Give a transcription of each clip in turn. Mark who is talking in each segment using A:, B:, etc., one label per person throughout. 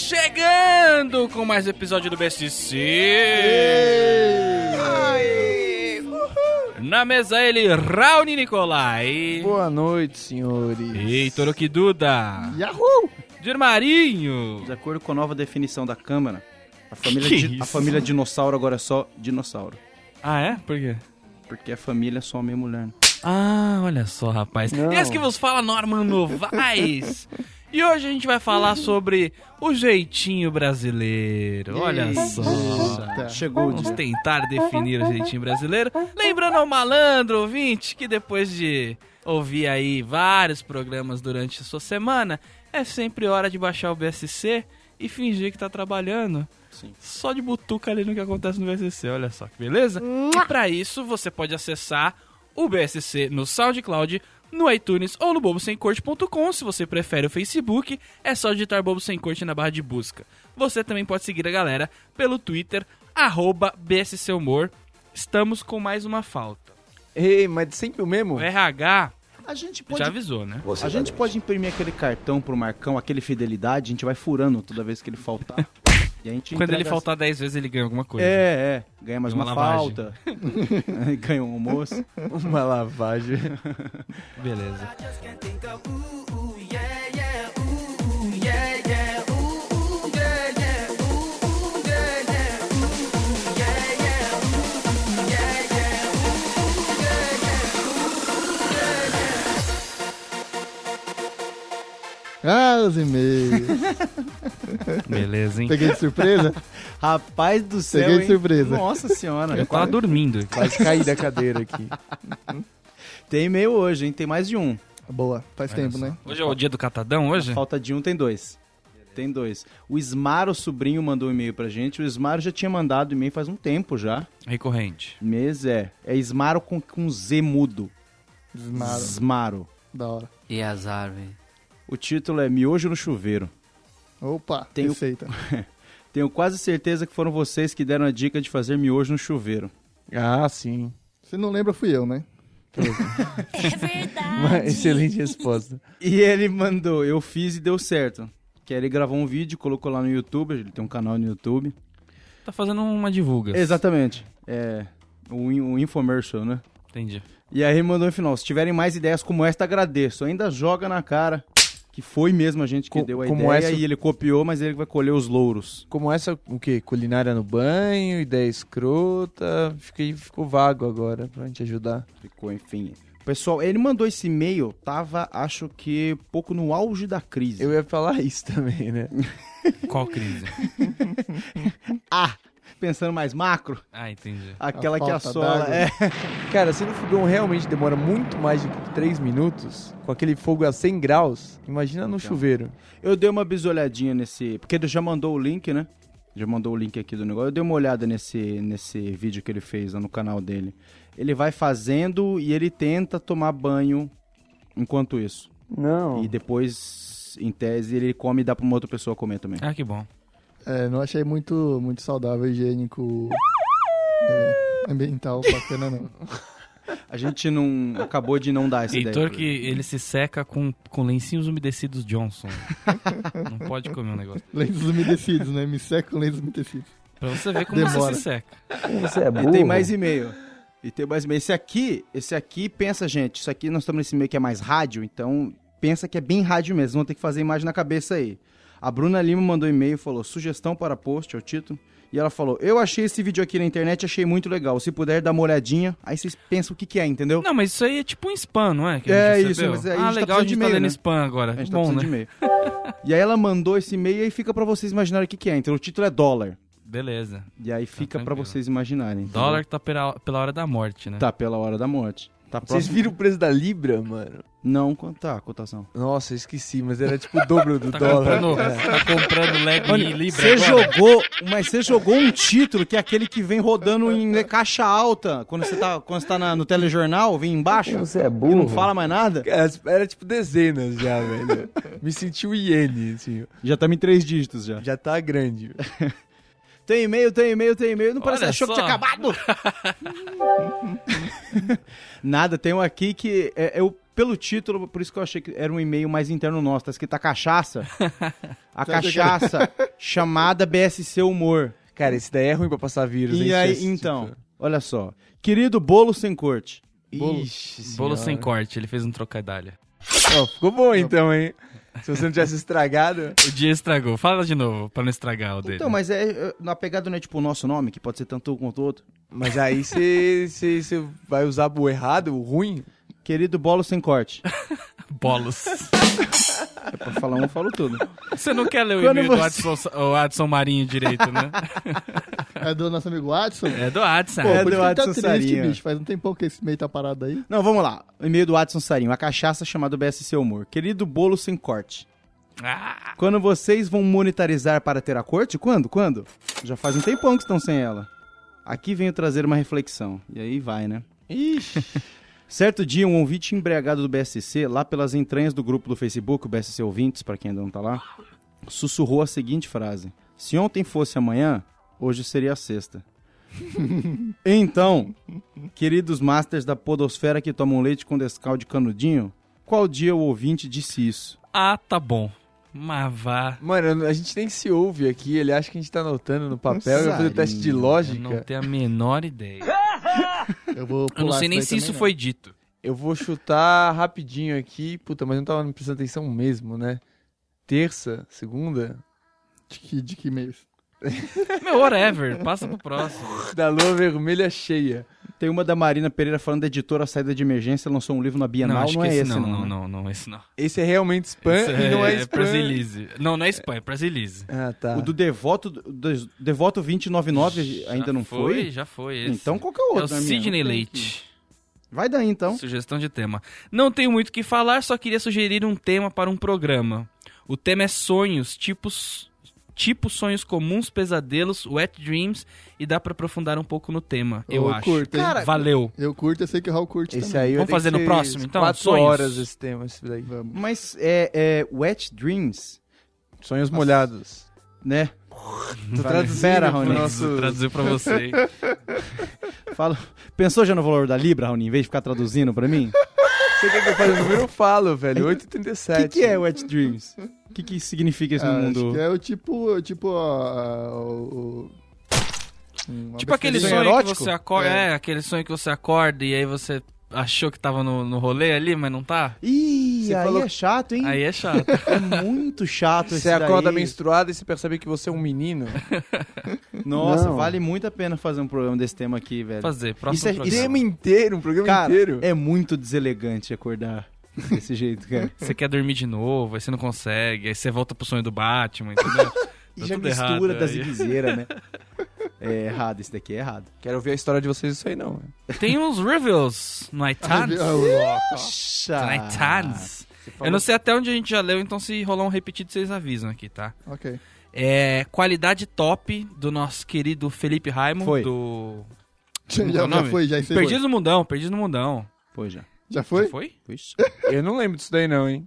A: chegando com mais um episódio do BSC. Na mesa ele, Raoni Nicolai.
B: Boa noite, senhores.
A: Heitor Duda.
B: Yahoo!
A: Dir Marinho.
C: De acordo com a nova definição da Câmara, a
A: Que
C: família, di-
A: isso?
C: a família dinossauro agora é só dinossauro.
A: Ah, é? Por quê?
C: Porque a família é só homem e mulher. né?
A: Ah, olha só, rapaz.
B: Não.
A: E esse que vos fala, Norman Novaes. e hoje a gente vai falar sobre o jeitinho brasileiro. Olha só.
B: Eita.
C: Chegou o
A: Vamos
C: dia.
A: tentar definir o jeitinho brasileiro. Lembrando ao malandro ouvinte que depois de ouvir aí vários programas durante a sua semana, é sempre hora de baixar o BSC e fingir que tá trabalhando.
C: Sim.
A: Só de butuca ali no que acontece no BSC, olha só que beleza. E pra isso você pode acessar o BSC no SoundCloud, no iTunes ou no bobosemcorte.com. Se você prefere o Facebook, é só digitar Bobo Sem Corte na barra de busca. Você também pode seguir a galera pelo Twitter, arroba BSC Humor. Estamos com mais uma falta.
B: Ei, mas sempre o mesmo?
A: O RH
C: A gente
A: já
C: pode.
A: avisou, né?
C: A gente pode imprimir aquele cartão pro Marcão, aquele fidelidade, a gente vai furando toda vez que ele faltar. E a gente
A: Quando ele
C: entrega-
A: faltar 10 vezes, ele ganha alguma coisa.
C: É, é. Ganha mais
A: Ganha
C: uma,
A: uma lavagem.
C: falta. Ganha um almoço.
B: Uma lavagem.
A: Beleza.
D: Ah, os e-mails.
A: Beleza, hein?
D: Peguei de surpresa?
C: Rapaz do céu.
D: Peguei de
C: hein?
D: surpresa.
C: Nossa senhora.
A: Eu tava dormindo.
B: Quase caí da cadeira aqui.
C: Tem e-mail hoje, hein? Tem mais de um.
D: Boa, faz
A: Olha
D: tempo,
A: só.
D: né?
A: Hoje é o dia do catadão, hoje?
C: Falta de um, tem dois. Tem dois. O Ismaro sobrinho mandou um e-mail pra gente. O Ismaro já tinha mandado e-mail faz um tempo já.
A: Recorrente.
C: Mês é. É Ismaro com, com Z mudo.
D: Desmaro.
C: Ismaro.
D: Da hora.
E: E azar, velho.
C: O título é Miojo no Chuveiro.
D: Opa,
C: Tem o-
D: receita.
C: Tenho quase certeza que foram vocês que deram a dica de fazer miojo no chuveiro.
B: Ah, sim.
D: Se não lembra, fui eu, né?
F: É verdade.
B: Uma excelente resposta.
C: E ele mandou, eu fiz e deu certo. Que aí ele gravou um vídeo, colocou lá no YouTube, ele tem um canal no YouTube.
A: Tá fazendo uma divulga.
C: Exatamente. É. Um, in- um infomercial, né?
A: Entendi.
C: E aí mandou no final, se tiverem mais ideias como esta, agradeço. Ainda joga na cara que foi mesmo a gente que
B: Co-
C: deu a
B: como
C: ideia
B: essa-
C: e ele copiou, mas ele vai colher os louros.
B: Como essa, o quê? Culinária no banho, ideia escrota. Fiquei, ficou vago agora pra gente ajudar.
C: Ficou, enfim. Pessoal, ele mandou esse e-mail, tava, acho que, pouco no auge da crise.
B: Eu ia falar isso também, né?
A: Qual crise?
C: Ah, pensando mais macro,
A: Ah, entendi.
C: aquela
D: A
C: que
D: falta
C: assola...
D: d'água.
C: É,
B: Cara, se no fogão realmente demora muito mais de 3 minutos, com aquele fogo a 100 graus, imagina no
C: Então.
B: chuveiro.
C: Eu dei uma bisolhadinha nesse. Porque ele já mandou o link, né? Já mandou o link aqui do negócio. Eu dei uma olhada nesse, nesse vídeo que ele fez lá no canal dele. Ele vai fazendo e ele tenta tomar banho enquanto isso.
B: Não.
C: E depois, em tese, ele come e dá pra uma outra pessoa comer também.
A: Ah, que bom.
D: É, não achei muito, muito saudável, higiênico, é, ambiental, bacana não.
C: A gente não. acabou de não dar essa
A: Heitor
C: ideia. é
A: que ele se seca com, com lencinhos umedecidos Johnson. Não pode comer um negócio.
D: Lentes umedecidos, né? Me seco com lentes umedecidos.
A: Pra você ver como você
D: Demora.
A: se seca.
B: Você é
C: E tem mais e-mail. E tem mais e-mail. Esse aqui, esse aqui, pensa, gente, isso aqui nós estamos nesse e-mail que é mais rádio, então pensa que é bem rádio mesmo, vão ter que fazer a imagem na cabeça aí. A Bruna Lima mandou e-mail e falou: sugestão para post, é o título. E ela falou: Eu achei esse vídeo aqui na internet, achei muito legal. Se puder dar uma olhadinha, aí vocês pensam o que, que é, entendeu?
A: Não, mas isso aí é tipo um spam, não é? Que a
C: É
A: gente
C: isso,
A: recebeu?
C: mas aí a
A: Ah,
C: gente tá
A: legal, a
C: precisando de
A: gente tá
C: e-mail,
A: lendo
C: né?
A: spam agora.
C: A gente tá
A: bom,
C: precisando
A: né?
C: de e-mail. e aí ela mandou esse e-mail e aí fica pra vocês imaginarem o que, que é, então o título é dólar.
A: Beleza.
C: E aí fica pra
A: tranquilo.
C: vocês imaginarem. entendeu?
A: Tá Dólar que tá pela, pela hora da morte, né?
C: Tá pela hora da morte. Tá
B: Vocês
C: próximo.
B: viram o preço da Libra, mano?
C: Não, quanto tá a cotação?
B: Nossa, eu esqueci, mas era tipo o dobro do
A: Tá
B: dólar.
A: comprando, tá comprando Lego e Libra
C: É. Você
A: agora?
C: jogou, mas você jogou um título que é aquele que vem rodando em caixa alta quando você tá, quando você tá na- no telejornal, vem embaixo. Você é burro. E não fala mais nada.
B: Cara, Era tipo dezenas já, velho. Me senti o iene, assim.
C: Já estamos em três dígitos já.
B: Já tá grande.
C: Tem e-mail, tem e-mail, tem e-mail. Não parece
A: Olha
C: achou que
A: só.
C: tinha acabado. nada, tem um aqui que é- eu pelo título, por isso que eu achei que era um e-mail mais interno nosso. Tá escrito a cachaça. A cachaça chamada BSC Humor.
B: Cara, esse daí é ruim pra passar vírus. hein,
C: E aí,
B: esse
C: então,
B: tipo.
C: olha só. Querido bolo sem corte.
B: Bolo-
C: Ixi,
A: Bolo
C: senhora.
A: sem corte, ele fez um trocadalho.
B: Ó, ficou bom então, hein? Se você não tivesse estragado...
A: O dia estragou. Fala de novo, pra não estragar o dele.
C: Então, mas é, é, na pegada não é tipo o nosso nome, que pode ser tanto um quanto outro.
B: Mas aí você você- você vai usar o errado, o ruim.
C: Querido bolo sem corte.
A: Bolos.
C: É pra falar um, eu falo tudo.
A: Você não quer ler o
C: Quando
A: e-mail do
C: você-
A: Adson, o Adson Marinho direito, né?
D: É do nosso amigo Watson?
A: É do Adson.
D: Pô,
C: É
D: por
C: do
D: isso que ele tá
C: Watson
D: triste,
C: Sarinho.
D: bicho. Faz um tempão que esse meio tá parado aí.
C: Não, vamos lá. E-mail do Adson Sarinho, a cachaça chamada BSC Humor. Querido bolo sem corte.
A: Ah,
C: Quando vocês vão monetarizar para ter a corte? Quando? Quando? Já faz um tempão que estão sem ela. Aqui venho trazer uma reflexão. E aí vai, né?
B: Ixi.
C: Certo dia, um ouvinte embriagado do BSC, lá pelas entranhas do grupo do Facebook, o BSC Ouvintes, pra quem ainda não tá lá, sussurrou a seguinte frase: Se ontem fosse amanhã, hoje seria a sexta. então, queridos masters da podosfera que tomam leite com descal de canudinho, qual dia o ouvinte disse isso?
A: ah, tá bom. Mas vá.
B: Mano, a gente nem se ouve aqui. Ele acha que a gente tá anotando no papel. Eu vou fazer o teste de
C: sarinho,
A: Eu
B: lógica.
A: não tenho a menor ideia.
D: Eu vou pular
A: Eu não sei
D: essa
A: nem
D: daí
A: se isso
D: também,
A: foi dito.
B: Eu vou chutar rapidinho aqui. Puta, mas eu não tava prestando atenção mesmo, né? Terça, segunda.
D: não. De que, de que mês?
A: Meu, whatever. Passa pro próximo.
B: Da lua vermelha cheia.
C: Tem uma da Marina Pereira falando da editora Saída de Emergência, lançou um livro na Bienal,
A: não,
C: não,
A: acho que
C: é
A: esse,
C: esse,
A: não, não,
C: né?
A: não, não, esse não.
B: Esse é realmente spam
A: Esse
B: e não é, spam.
A: Brasilize. Não, não é spam, é Brasilize.
B: Ah, tá.
C: O do Devoto, do Devoto 2099 ainda
A: Já
C: não foi?
A: Já foi esse.
C: Então qual que é
A: é
C: o
A: o
C: outro? né, minha?
A: Sidney
C: Não tem aqui.
A: Leite.
C: Vai daí então.
A: Sugestão de tema. Não tenho muito o que falar, só queria sugerir um tema para um programa. O tema é sonhos, tipos tipo sonhos comuns, pesadelos, wet dreams e dá pra aprofundar um pouco no tema, eu,
D: eu
A: acho.
D: curto, hein?
A: Valeu.
D: Eu curto, eu sei que o Raul curte
B: Esse
D: também.
B: aí eu
A: Vamos
B: tenho
A: fazer no
B: que ser
A: próximo, então?
B: Quatro
A: Sonhos.
B: horas esse tema, esse daí.
D: Vamos.
C: Mas é, é Wet Dreams,
B: Sonhos molhados.
C: né?
B: Tô traduzindo
C: Pera,
B: pro
C: Rony.
A: Vou
B: nosso...
A: traduzir pra você.
C: Fala... Pensou já no valor da Libra, Raoni, em vez de ficar traduzindo pra mim?
B: Você quer que eu fale o número? Eu falo, velho. 8h37.
C: O que, que é Wet Dreams? O que, que significa isso no
D: Ah, acho
C: mundo?
D: que é o tipo, tipo, ó, o... o- uma
A: tipo aquele
C: Sonho
A: sonho
C: erótico?
A: que você acorda. É. aquele sonho que você acorda e aí você achou que tava no, no rolê ali, mas não tá.
C: Ih,
B: Você
C: aí
B: falou-
C: é chato, hein?
A: Aí é chato.
C: É muito chato esse
B: Você acorda
C: daí.
B: menstruada e você percebe que você é um menino.
C: Nossa,
D: Não.
C: vale muito a pena fazer um programa desse tema aqui, velho.
A: Fazer,
C: Isso
A: próximo
C: é-
B: Um
A: programa.
B: tema inteiro, um programa
C: Cara,
B: inteiro.
C: é muito deselegante acordar desse jeito, cara.
A: Você quer dormir de novo, aí você não consegue, aí você volta pro sonho do Batman, entendeu?
C: E
A: Tá
C: já
A: tudo
C: mistura
A: errado,
C: da
A: aí.
C: zigue-zeira, né? É errado, esse daqui é errado.
B: Quero ouvir a história de vocês isso aí, não.
A: Tem uns reviews no
D: Ah,
A: iTunes. No
C: Ah, Tá. Chato.
A: iTunes. Eu não sei até onde a gente já leu, então se rolar um repetido, vocês avisam aqui, tá?
D: Ok.
A: É, qualidade top do nosso querido Felipe Raimo,
C: Foi.
A: do...
D: Já,
A: Como é
D: já
A: o nome?
D: foi, já encerrou.
A: Perdido no Mundão, Perdido no Mundão.
C: Pois já.
D: Já foi?
A: Já foi?
C: Puxa.
B: Eu não lembro disso daí, não, hein?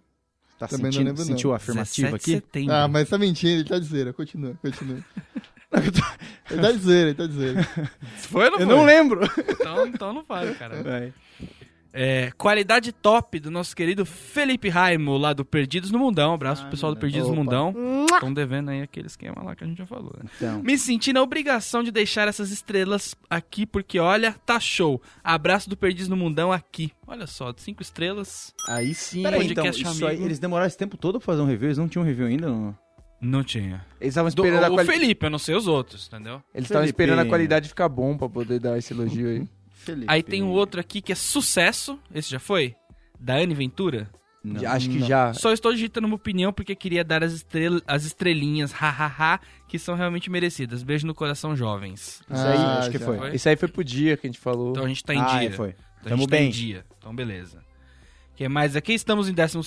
C: Tá
D: Também não
C: sentindo,
D: lembro, não.
C: sentiu a afirmativa
A: 17 de
C: aqui?
A: setembro.
D: Ah, mas tá mentindo, ele tá de zero. Continua, continua. ele tá de zero, ele tá de zero.
A: Foi ou não
C: Eu
A: foi?
C: não lembro.
A: Então, então não vale, cara. É, qualidade top do nosso querido Felipe Raimo, lá do Perdidos no Mundão. Abraço pro pessoal do Perdidos no
D: Opa.
A: Mundão. Estão devendo aí aquele esquema lá que a gente já falou, né?
C: Então,
A: Me senti na obrigação de deixar essas estrelas aqui, porque olha, tá show. Abraço do Perdiz no Mundão aqui. Olha só, cinco estrelas.
B: Aí sim.
C: peraí, então,
A: podcast
C: isso aí,
A: amigo.
C: eles demoraram esse tempo todo pra fazer um review? Eles não tinham review ainda? Não?
A: Não tinha.
B: Eles estavam
A: Do,
B: esperando, a,
A: o
B: quali...
A: Felipe, eu não sei os outros, entendeu?
B: Eles estavam
C: Felipe.
B: esperando a qualidade ficar bom pra poder dar esse elogio aí.
C: Felipe.
A: Aí tem um outro aqui que é sucesso. Esse já foi? Da Anne Ventura.
C: Não.
B: Já- Acho que
D: Não.
C: Ah.
B: já.
A: Só estou digitando uma opinião porque queria dar as, estrel as estrelinhas, hahaha, que são realmente merecidas. Beijo no coração, jovens.
C: Isso aí,
D: Ah,
C: acho que
D: já
C: foi.
A: foi?
B: Isso aí foi pro dia que a gente falou.
A: Então a gente tá em
C: ah,
A: dia.
C: é, foi.
A: Então a
C: Tamo
A: gente tá em
C: bem.
A: dia. Então beleza. Que mais aqui? Estamos em 12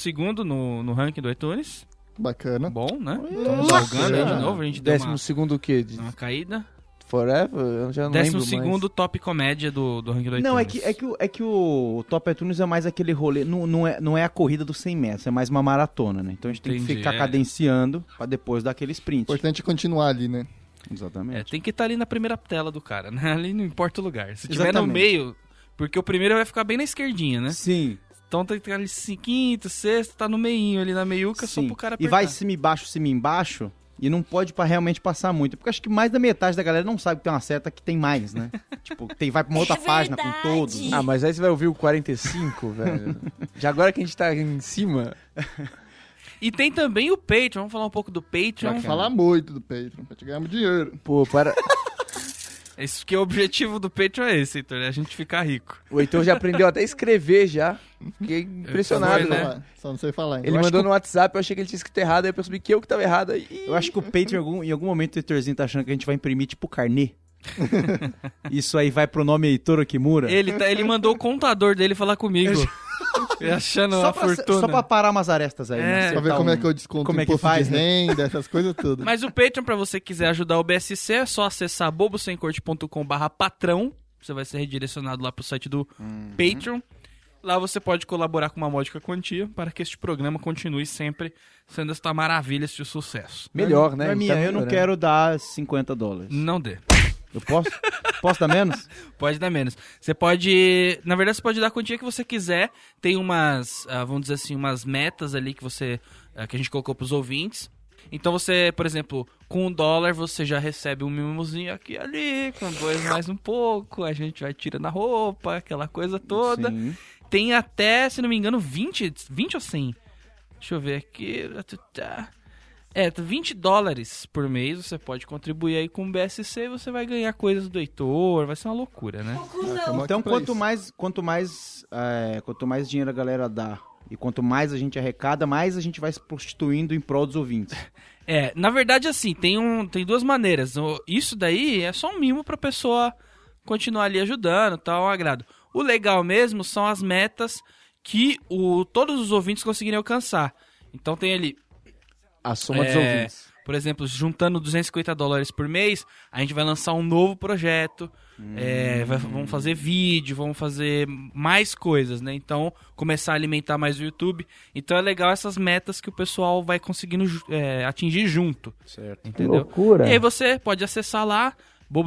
A: no, no ranking do iTunes.
D: Bacana.
A: Bom, né?
D: Estamos
A: Jogando aí de novo, a gente deu
B: Décimo
A: uma,
B: segundo o quê? De
A: uma caída.
B: Forever? Eu já não
A: Décimo
B: lembro
A: segundo top comédia do, do ranking do iTunes.
C: Não, é que, é, que, o- é que o Top Atunes é mais aquele rolê. Não, não, é, não é a corrida dos 100 metros, é mais uma maratona, né? Então a gente tem que
A: Entendi,
C: ficar
A: é.
C: cadenciando pra depois dar aquele sprint.
D: Importante é continuar ali, né?
A: É,
C: Exatamente.
A: tem que estar ali na primeira tela do cara, né? Ali não importa o lugar. Se tiver no
C: Exatamente.
A: meio, porque o primeiro vai ficar bem na esquerdinha, né?
C: Sim.
A: Então tem que ter ali assim, quinto, sexto, tá no meinho ali na meiuca, é só
C: Sim.
A: pro cara
C: E
A: apertar.
C: vai cima e baixo, cima e embaixo. E não pode pra realmente passar muito. Porque acho que mais da metade da galera não sabe que tem uma seta que tem mais, né? tipo, tem, vai pra uma outra
F: É
C: página com todos.
F: verdade.
B: Ah, mas aí você vai ouvir o 45, velho. Já agora que a gente tá em cima,
A: E tem também o Patreon, vamos falar um pouco do Patreon.
D: Vamos falar muito do Patreon, pra te ganharmos dinheiro.
B: pô, para.
A: Isso que é o objetivo do Patreon é esse, Heitor, é a gente ficar rico.
B: O Heitor já aprendeu até a escrever já. Fiquei impressionado.
A: Foi, né?
D: Falar, Só não sei falar ainda.
B: Ele
D: Eu acho
B: mandou no WhatsApp, eu achei que ele tinha escrito errado, aí eu percebi que eu que tava errado. Aí...
C: Eu acho que o Patreon, em algum, em algum momento, o Heitorzinho tá achando que a gente vai imprimir tipo carnê. Isso aí vai pro nome Heitor Okimura.
A: Ele, tá- ele mandou o contador dele falar comigo. Eu achando
C: só,
A: uma
C: pra,
A: fortuna.
C: só pra parar umas arestas aí.
A: É.
C: né?
D: Pra
C: Acertar
D: ver como
C: um-
D: é que eu desconto
C: como é que
D: imposto
C: faz,
D: de
C: né?
D: renda, essas coisas tudo.
A: Mas o Patreon, pra você que quiser ajudar o BSC, é só acessar bobosemcorte.com barra patrão. Você vai ser redirecionado lá pro site do Patreon. Lá você pode colaborar com uma módica quantia para que este programa continue sempre sendo esta maravilha, este sucesso.
B: Melhor, né?
C: Não é
B: Ele
C: minha,
B: tá
C: eu não
B: melhorando.
C: quero dar 50 dólares.
A: Não dê.
C: Eu posso? Posso dar menos?
A: Pode dar menos. Você pode. Na verdade, você pode dar a quantia que você quiser. Tem umas, ah, vamos dizer assim, umas metas ali que você. ah, que a gente colocou pros ouvintes. Então você, por exemplo, com um dólar você já recebe um mimozinho aqui e ali, com dois mais um pouco, a gente vai tirando a roupa, aquela coisa toda.
D: Então,
C: Sim.
A: Tem até, se não me engano, 20, 20 ou 100? Deixa eu ver aqui. Tá. É, 20 dólares por mês você pode contribuir aí com o BSC e você vai ganhar coisas do Heitor, vai ser uma loucura, né?
D: Estamos
C: Então,
D: aqui pra
C: quanto
D: isso.
C: mais, quanto mais, é, quanto mais dinheiro a galera dá e quanto mais a gente arrecada, mais a gente vai se prostituindo em prol dos ouvintes.
A: É, na verdade, assim, tem, um, tem duas maneiras. O- Isso daí é só um mimo pra pessoa continuar ali ajudando, tal, um agrado. O legal mesmo são as metas que o, todos os ouvintes conseguirem alcançar. Então tem ali,
B: A soma dos
A: É.
B: ouvintes.
A: por exemplo, juntando 250 dólares por mês, a gente vai lançar um novo projeto. é, vai- vamos fazer vídeo, vamos fazer mais coisas, né? Então, começar a alimentar mais o YouTube. Então é legal essas metas que o pessoal vai conseguindo ju- é, atingir junto.
C: Certo.
A: Entendeu?
B: É.
A: E aí você pode acessar lá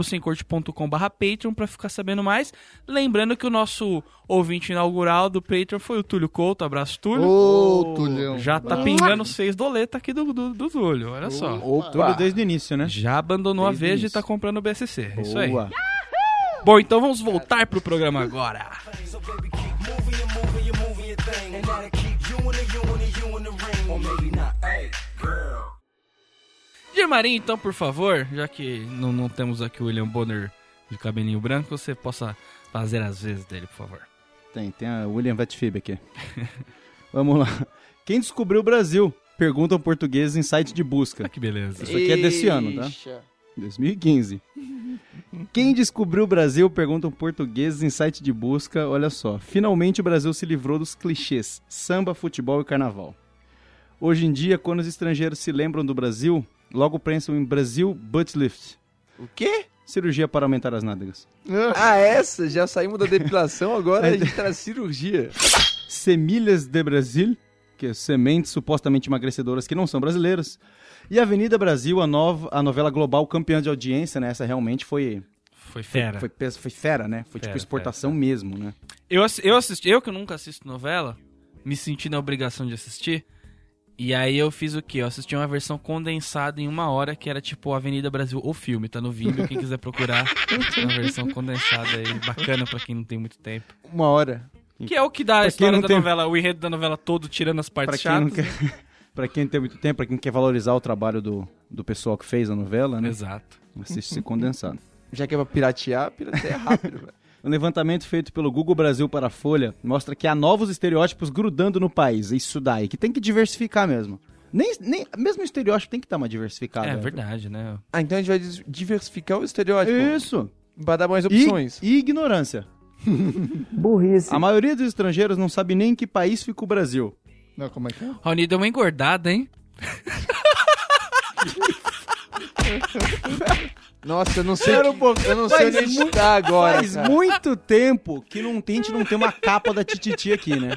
A: bobosemcorte.com barra Patreon pra ficar sabendo mais. Lembrando que o nosso ouvinte inaugural do Patreon foi o Túlio Couto. Abraço, Túlio.
D: Ô, Tulhão.
A: Já tá pingando seis doletas aqui do, do, do Túlio, olha só.
C: Tudo
B: Opa!
C: desde o início, né?
A: Já abandonou
C: Desde
A: a vez
C: isso.
A: e tá comprando o BSC. é Isso aí.
C: Boa.
A: Bom, então vamos voltar pro programa agora.
E: So baby, keep moving and moving and moving your thing, and that'll keep you in the you in the you in the ring, or maybe not. Hey, girl.
A: Germarinho, então, por favor, já que não, não temos aqui o William Bonner de cabelinho branco, você possa fazer as vezes dele, por favor.
C: Tem, tem a William Vatfib aqui. Vamos lá. Quem descobriu o Brasil? Perguntam portugueses em site de busca.
A: Ah, que beleza.
C: Isso aqui é desse ano, tá? 2015. Quem descobriu o Brasil? Perguntam portugueses em site de busca. Olha só. Finalmente o Brasil se livrou dos clichês: samba, futebol e carnaval. Hoje em dia, quando os estrangeiros se lembram do Brasil, logo pensam em Brasil butt lift
B: O quê?
C: cirurgia para aumentar as nádegas.
B: Ah, essa? Já saímos da depilação, agora a gente tá na cirurgia.
C: Semilhas de Brasil, que é sementes supostamente emagrecedoras que não são brasileiras. E Avenida Brasil, a, nova, a novela global campeã de audiência, né? Essa realmente foi,
A: Foi fera.
C: foi, pes- foi fera, né? Foi tipo
A: É. Fera,
C: exportação mesmo, né?
A: Eu, assi- eu assisti, eu que nunca assisto novela, me senti na obrigação de assistir. E aí eu fiz o quê? Eu assisti uma versão condensada em uma hora, que era tipo Avenida Brasil, o filme, tá no Vimeo, quem quiser procurar. uma versão condensada aí, bacana pra quem não tem muito tempo.
B: Uma hora.
A: Que é o que dá a
C: Pra quem
A: história
C: não
A: da
C: tem-
A: novela, o enredo da novela todo, tirando as
C: Pra
A: partes
C: quem, não
A: chatas.
C: quer, pra quem tem muito tempo, pra quem quer valorizar o trabalho do, do pessoal que fez a novela, né?
A: Exato.
C: Assiste se condensado.
B: Já que é pra piratear, pirateia rápido, velho.
C: Um levantamento feito pelo Google Brasil para a Folha mostra que há novos estereótipos grudando no país. Isso daí, que tem que diversificar mesmo. Nem, nem, mesmo o estereótipo tem que dar uma diversificada.
A: é verdade, né?
B: Ah, então a gente vai des- diversificar o estereótipo.
C: Isso.
B: Pra dar mais
C: E,
B: opções.
C: e ignorância. Burrice. A maioria dos estrangeiros não sabe nem em que país fica o Brasil.
D: Não, como é que é?
A: Raoni deu uma engordada, hein?
B: Nossa, eu não sei, que- eu não sei
C: faz
B: onde a gente
C: muito-
B: tá agora.
C: Faz
B: cara.
C: muito tempo que não tem, a gente não tem uma capa da Tititi aqui, né?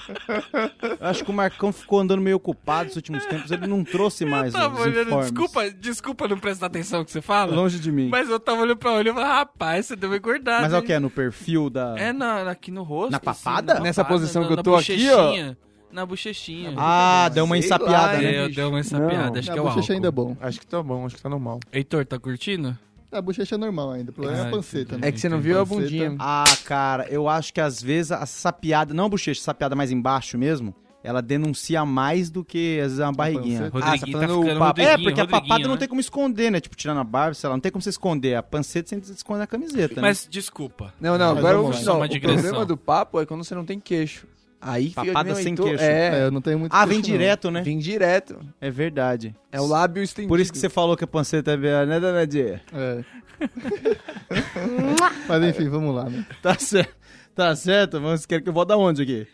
C: Eu acho que o Marcão ficou andando meio ocupado nos últimos tempos, ele não trouxe mais
A: Eu tava
C: os
A: olhando,
C: informes.
A: desculpa, desculpa não prestar atenção no que você fala.
C: Longe de mim. Mas,
A: Mas eu tava olhando pra olho e falei, "Ah, rapaz, você deu uma engordada.
C: é o
A: hein?
C: que? É no perfil da...
A: É na, aqui no rosto.
C: Na
A: assim,
C: papada?
B: Nessa posição
A: na-
B: que eu
A: na
B: tô aqui, ó.
A: bochechinha, Na bochechinha.
C: Ah, deu uma
B: Sei
C: ensapiada,
B: lá,
A: É,
C: né?
A: eu dei uma
B: Não,
A: ensapiada, acho
D: a
A: que é o álcool.
D: bochecha ainda é bom.
B: Acho que tá bom, acho que tá normal.
A: Heitor, tá curtindo?
D: A bochecha é normal ainda. O problema é
A: Ah,
D: a panceta.
A: entendi.
D: né?
B: É que você não viu a bundinha.
C: Ah, cara, eu acho que às vezes a sapiada, não a bochecha, a sapiada mais embaixo mesmo, ela denuncia mais do que às vezes é uma barriguinha.
A: Rodriguinho
C: ah,
A: tá ficando
C: papo. É,
A: Rodriguinho,
C: porque a papada
A: Rodriguinho,
C: não
A: né?
C: tem como esconder, né? Tipo, tirando a barba, sei lá, não tem como você esconder. A panceta você esconde na camiseta, né?
A: Mas desculpa.
B: Não, não,
D: Mas
B: agora eu
D: vamos
B: vou
D: lá.
B: falar.
A: Uma
B: O
A: digressão.
B: problema do papo é quando você não tem queixo. Aí fica que
C: Papada
B: nem o
C: sem
B: Heitor.
C: queixo.
D: É,
B: É,
D: eu não tenho muito
C: Ah, vem
D: queixo, não.
C: direto, né?
B: vem direto.
C: É verdade.
B: É o lábio estendido.
C: Por isso que você falou que a panceta é verdade, né, Danadinha?
D: É. Mas enfim, vamos lá, né?
C: Tá certo. Tá certo, mas você quer que eu volte aonde aqui?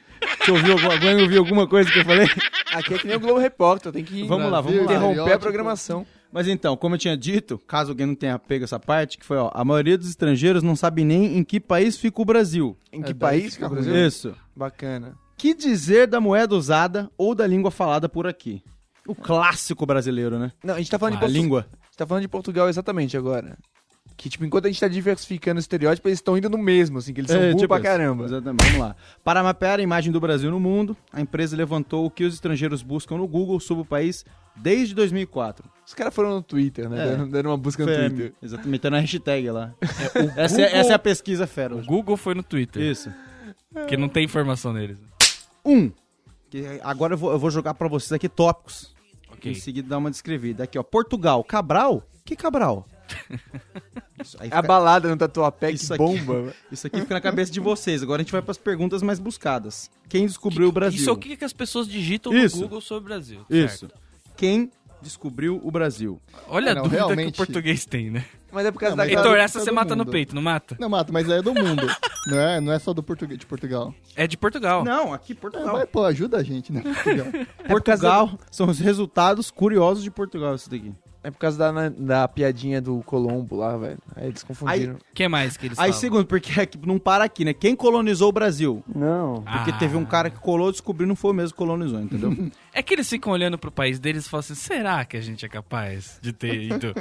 C: Você ouviu alguma, alguém ouviu alguma coisa que eu falei?
B: Aqui é que nem o Globo Repórter, tem que
C: Vamos lá, vamos lá.
D: Brasil,
B: interromper a
D: Estereótipo.
B: programação.
C: Mas então, como eu tinha dito, caso alguém não tenha pego essa parte, que foi, ó, a maioria dos estrangeiros não sabe nem em que país fica o Brasil.
B: Em
D: É,
B: que
D: daí
B: país que é
D: fica
B: o
D: ruim.
B: Brasil?
C: Isso.
B: Bacana.
C: Que dizer da moeda usada ou da língua falada por aqui? O clássico brasileiro, né?
B: Não, a gente tá falando de
C: a
B: Portu-
C: língua.
B: a gente tá falando de Portugal exatamente agora. Que, tipo, enquanto a gente tá diversificando o estereótipo, eles estão indo no mesmo, assim, que eles são burros
C: tipo
B: pra
C: isso.
B: caramba.
C: Exatamente. Vamos lá. Para mapear a imagem do Brasil no mundo, a empresa levantou o que os estrangeiros buscam no Google sobre o país desde 2004.
B: Os caras foram no Twitter, né?
C: É.
B: Deram, deram uma busca no
C: Fera,
B: Twitter.
C: Exatamente, metendo a hashtag lá. essa, é, essa é a pesquisa fera.
A: O Google foi no Twitter,
C: Isso.
A: porque não tem informação neles.
C: Um. Que agora eu vou, eu vou jogar pra vocês aqui tópicos.
A: Ok.
C: Em seguida dar uma descrevida. Aqui, ó. Portugal. Cabral? Que Cabral? Isso, aí
B: É A
C: fica,
B: balada no Tatuapé
C: Isso
B: que
C: aqui.
B: bomba.
C: isso aqui fica na cabeça de vocês. Agora a gente vai pras perguntas mais buscadas. Quem descobriu o Brasil?
A: Isso é o que, que as pessoas digitam
C: Isso.
A: no Google sobre o Brasil.
C: Isso.
A: certo?
C: Quem descobriu o Brasil?
A: Olha a
D: Não,
A: dúvida que
D: realmente-
A: o português tem, né?
B: Mas é por causa
D: Não,
B: da
D: mas
B: galera-
A: Heitor, essa
D: todo
A: você mata no
D: mundo.
A: peito, não mata?
D: Não, Mato, mas é do mundo. não, é, não é só do português, de Portugal.
A: É de Portugal.
C: Não, É, aqui
D: É,
C: Portugal.
D: mas, pô, ajuda a gente, né? Portugal.
C: Portugal são os resultados curiosos de Portugal, isso daqui.
B: É por causa da, da piadinha do Colombo lá, velho. Aí eles confundiram.
A: O que mais que eles
C: Aí,
A: falam?
C: segundo, porque aqui- não para aqui, né? Quem colonizou o Brasil?
B: Não.
A: Ah.
C: Porque teve um cara que colou, descobriu, não foi o mesmo que colonizou, entendeu?
A: É que eles ficam olhando pro país deles e falam assim, será que a gente é capaz de ter ido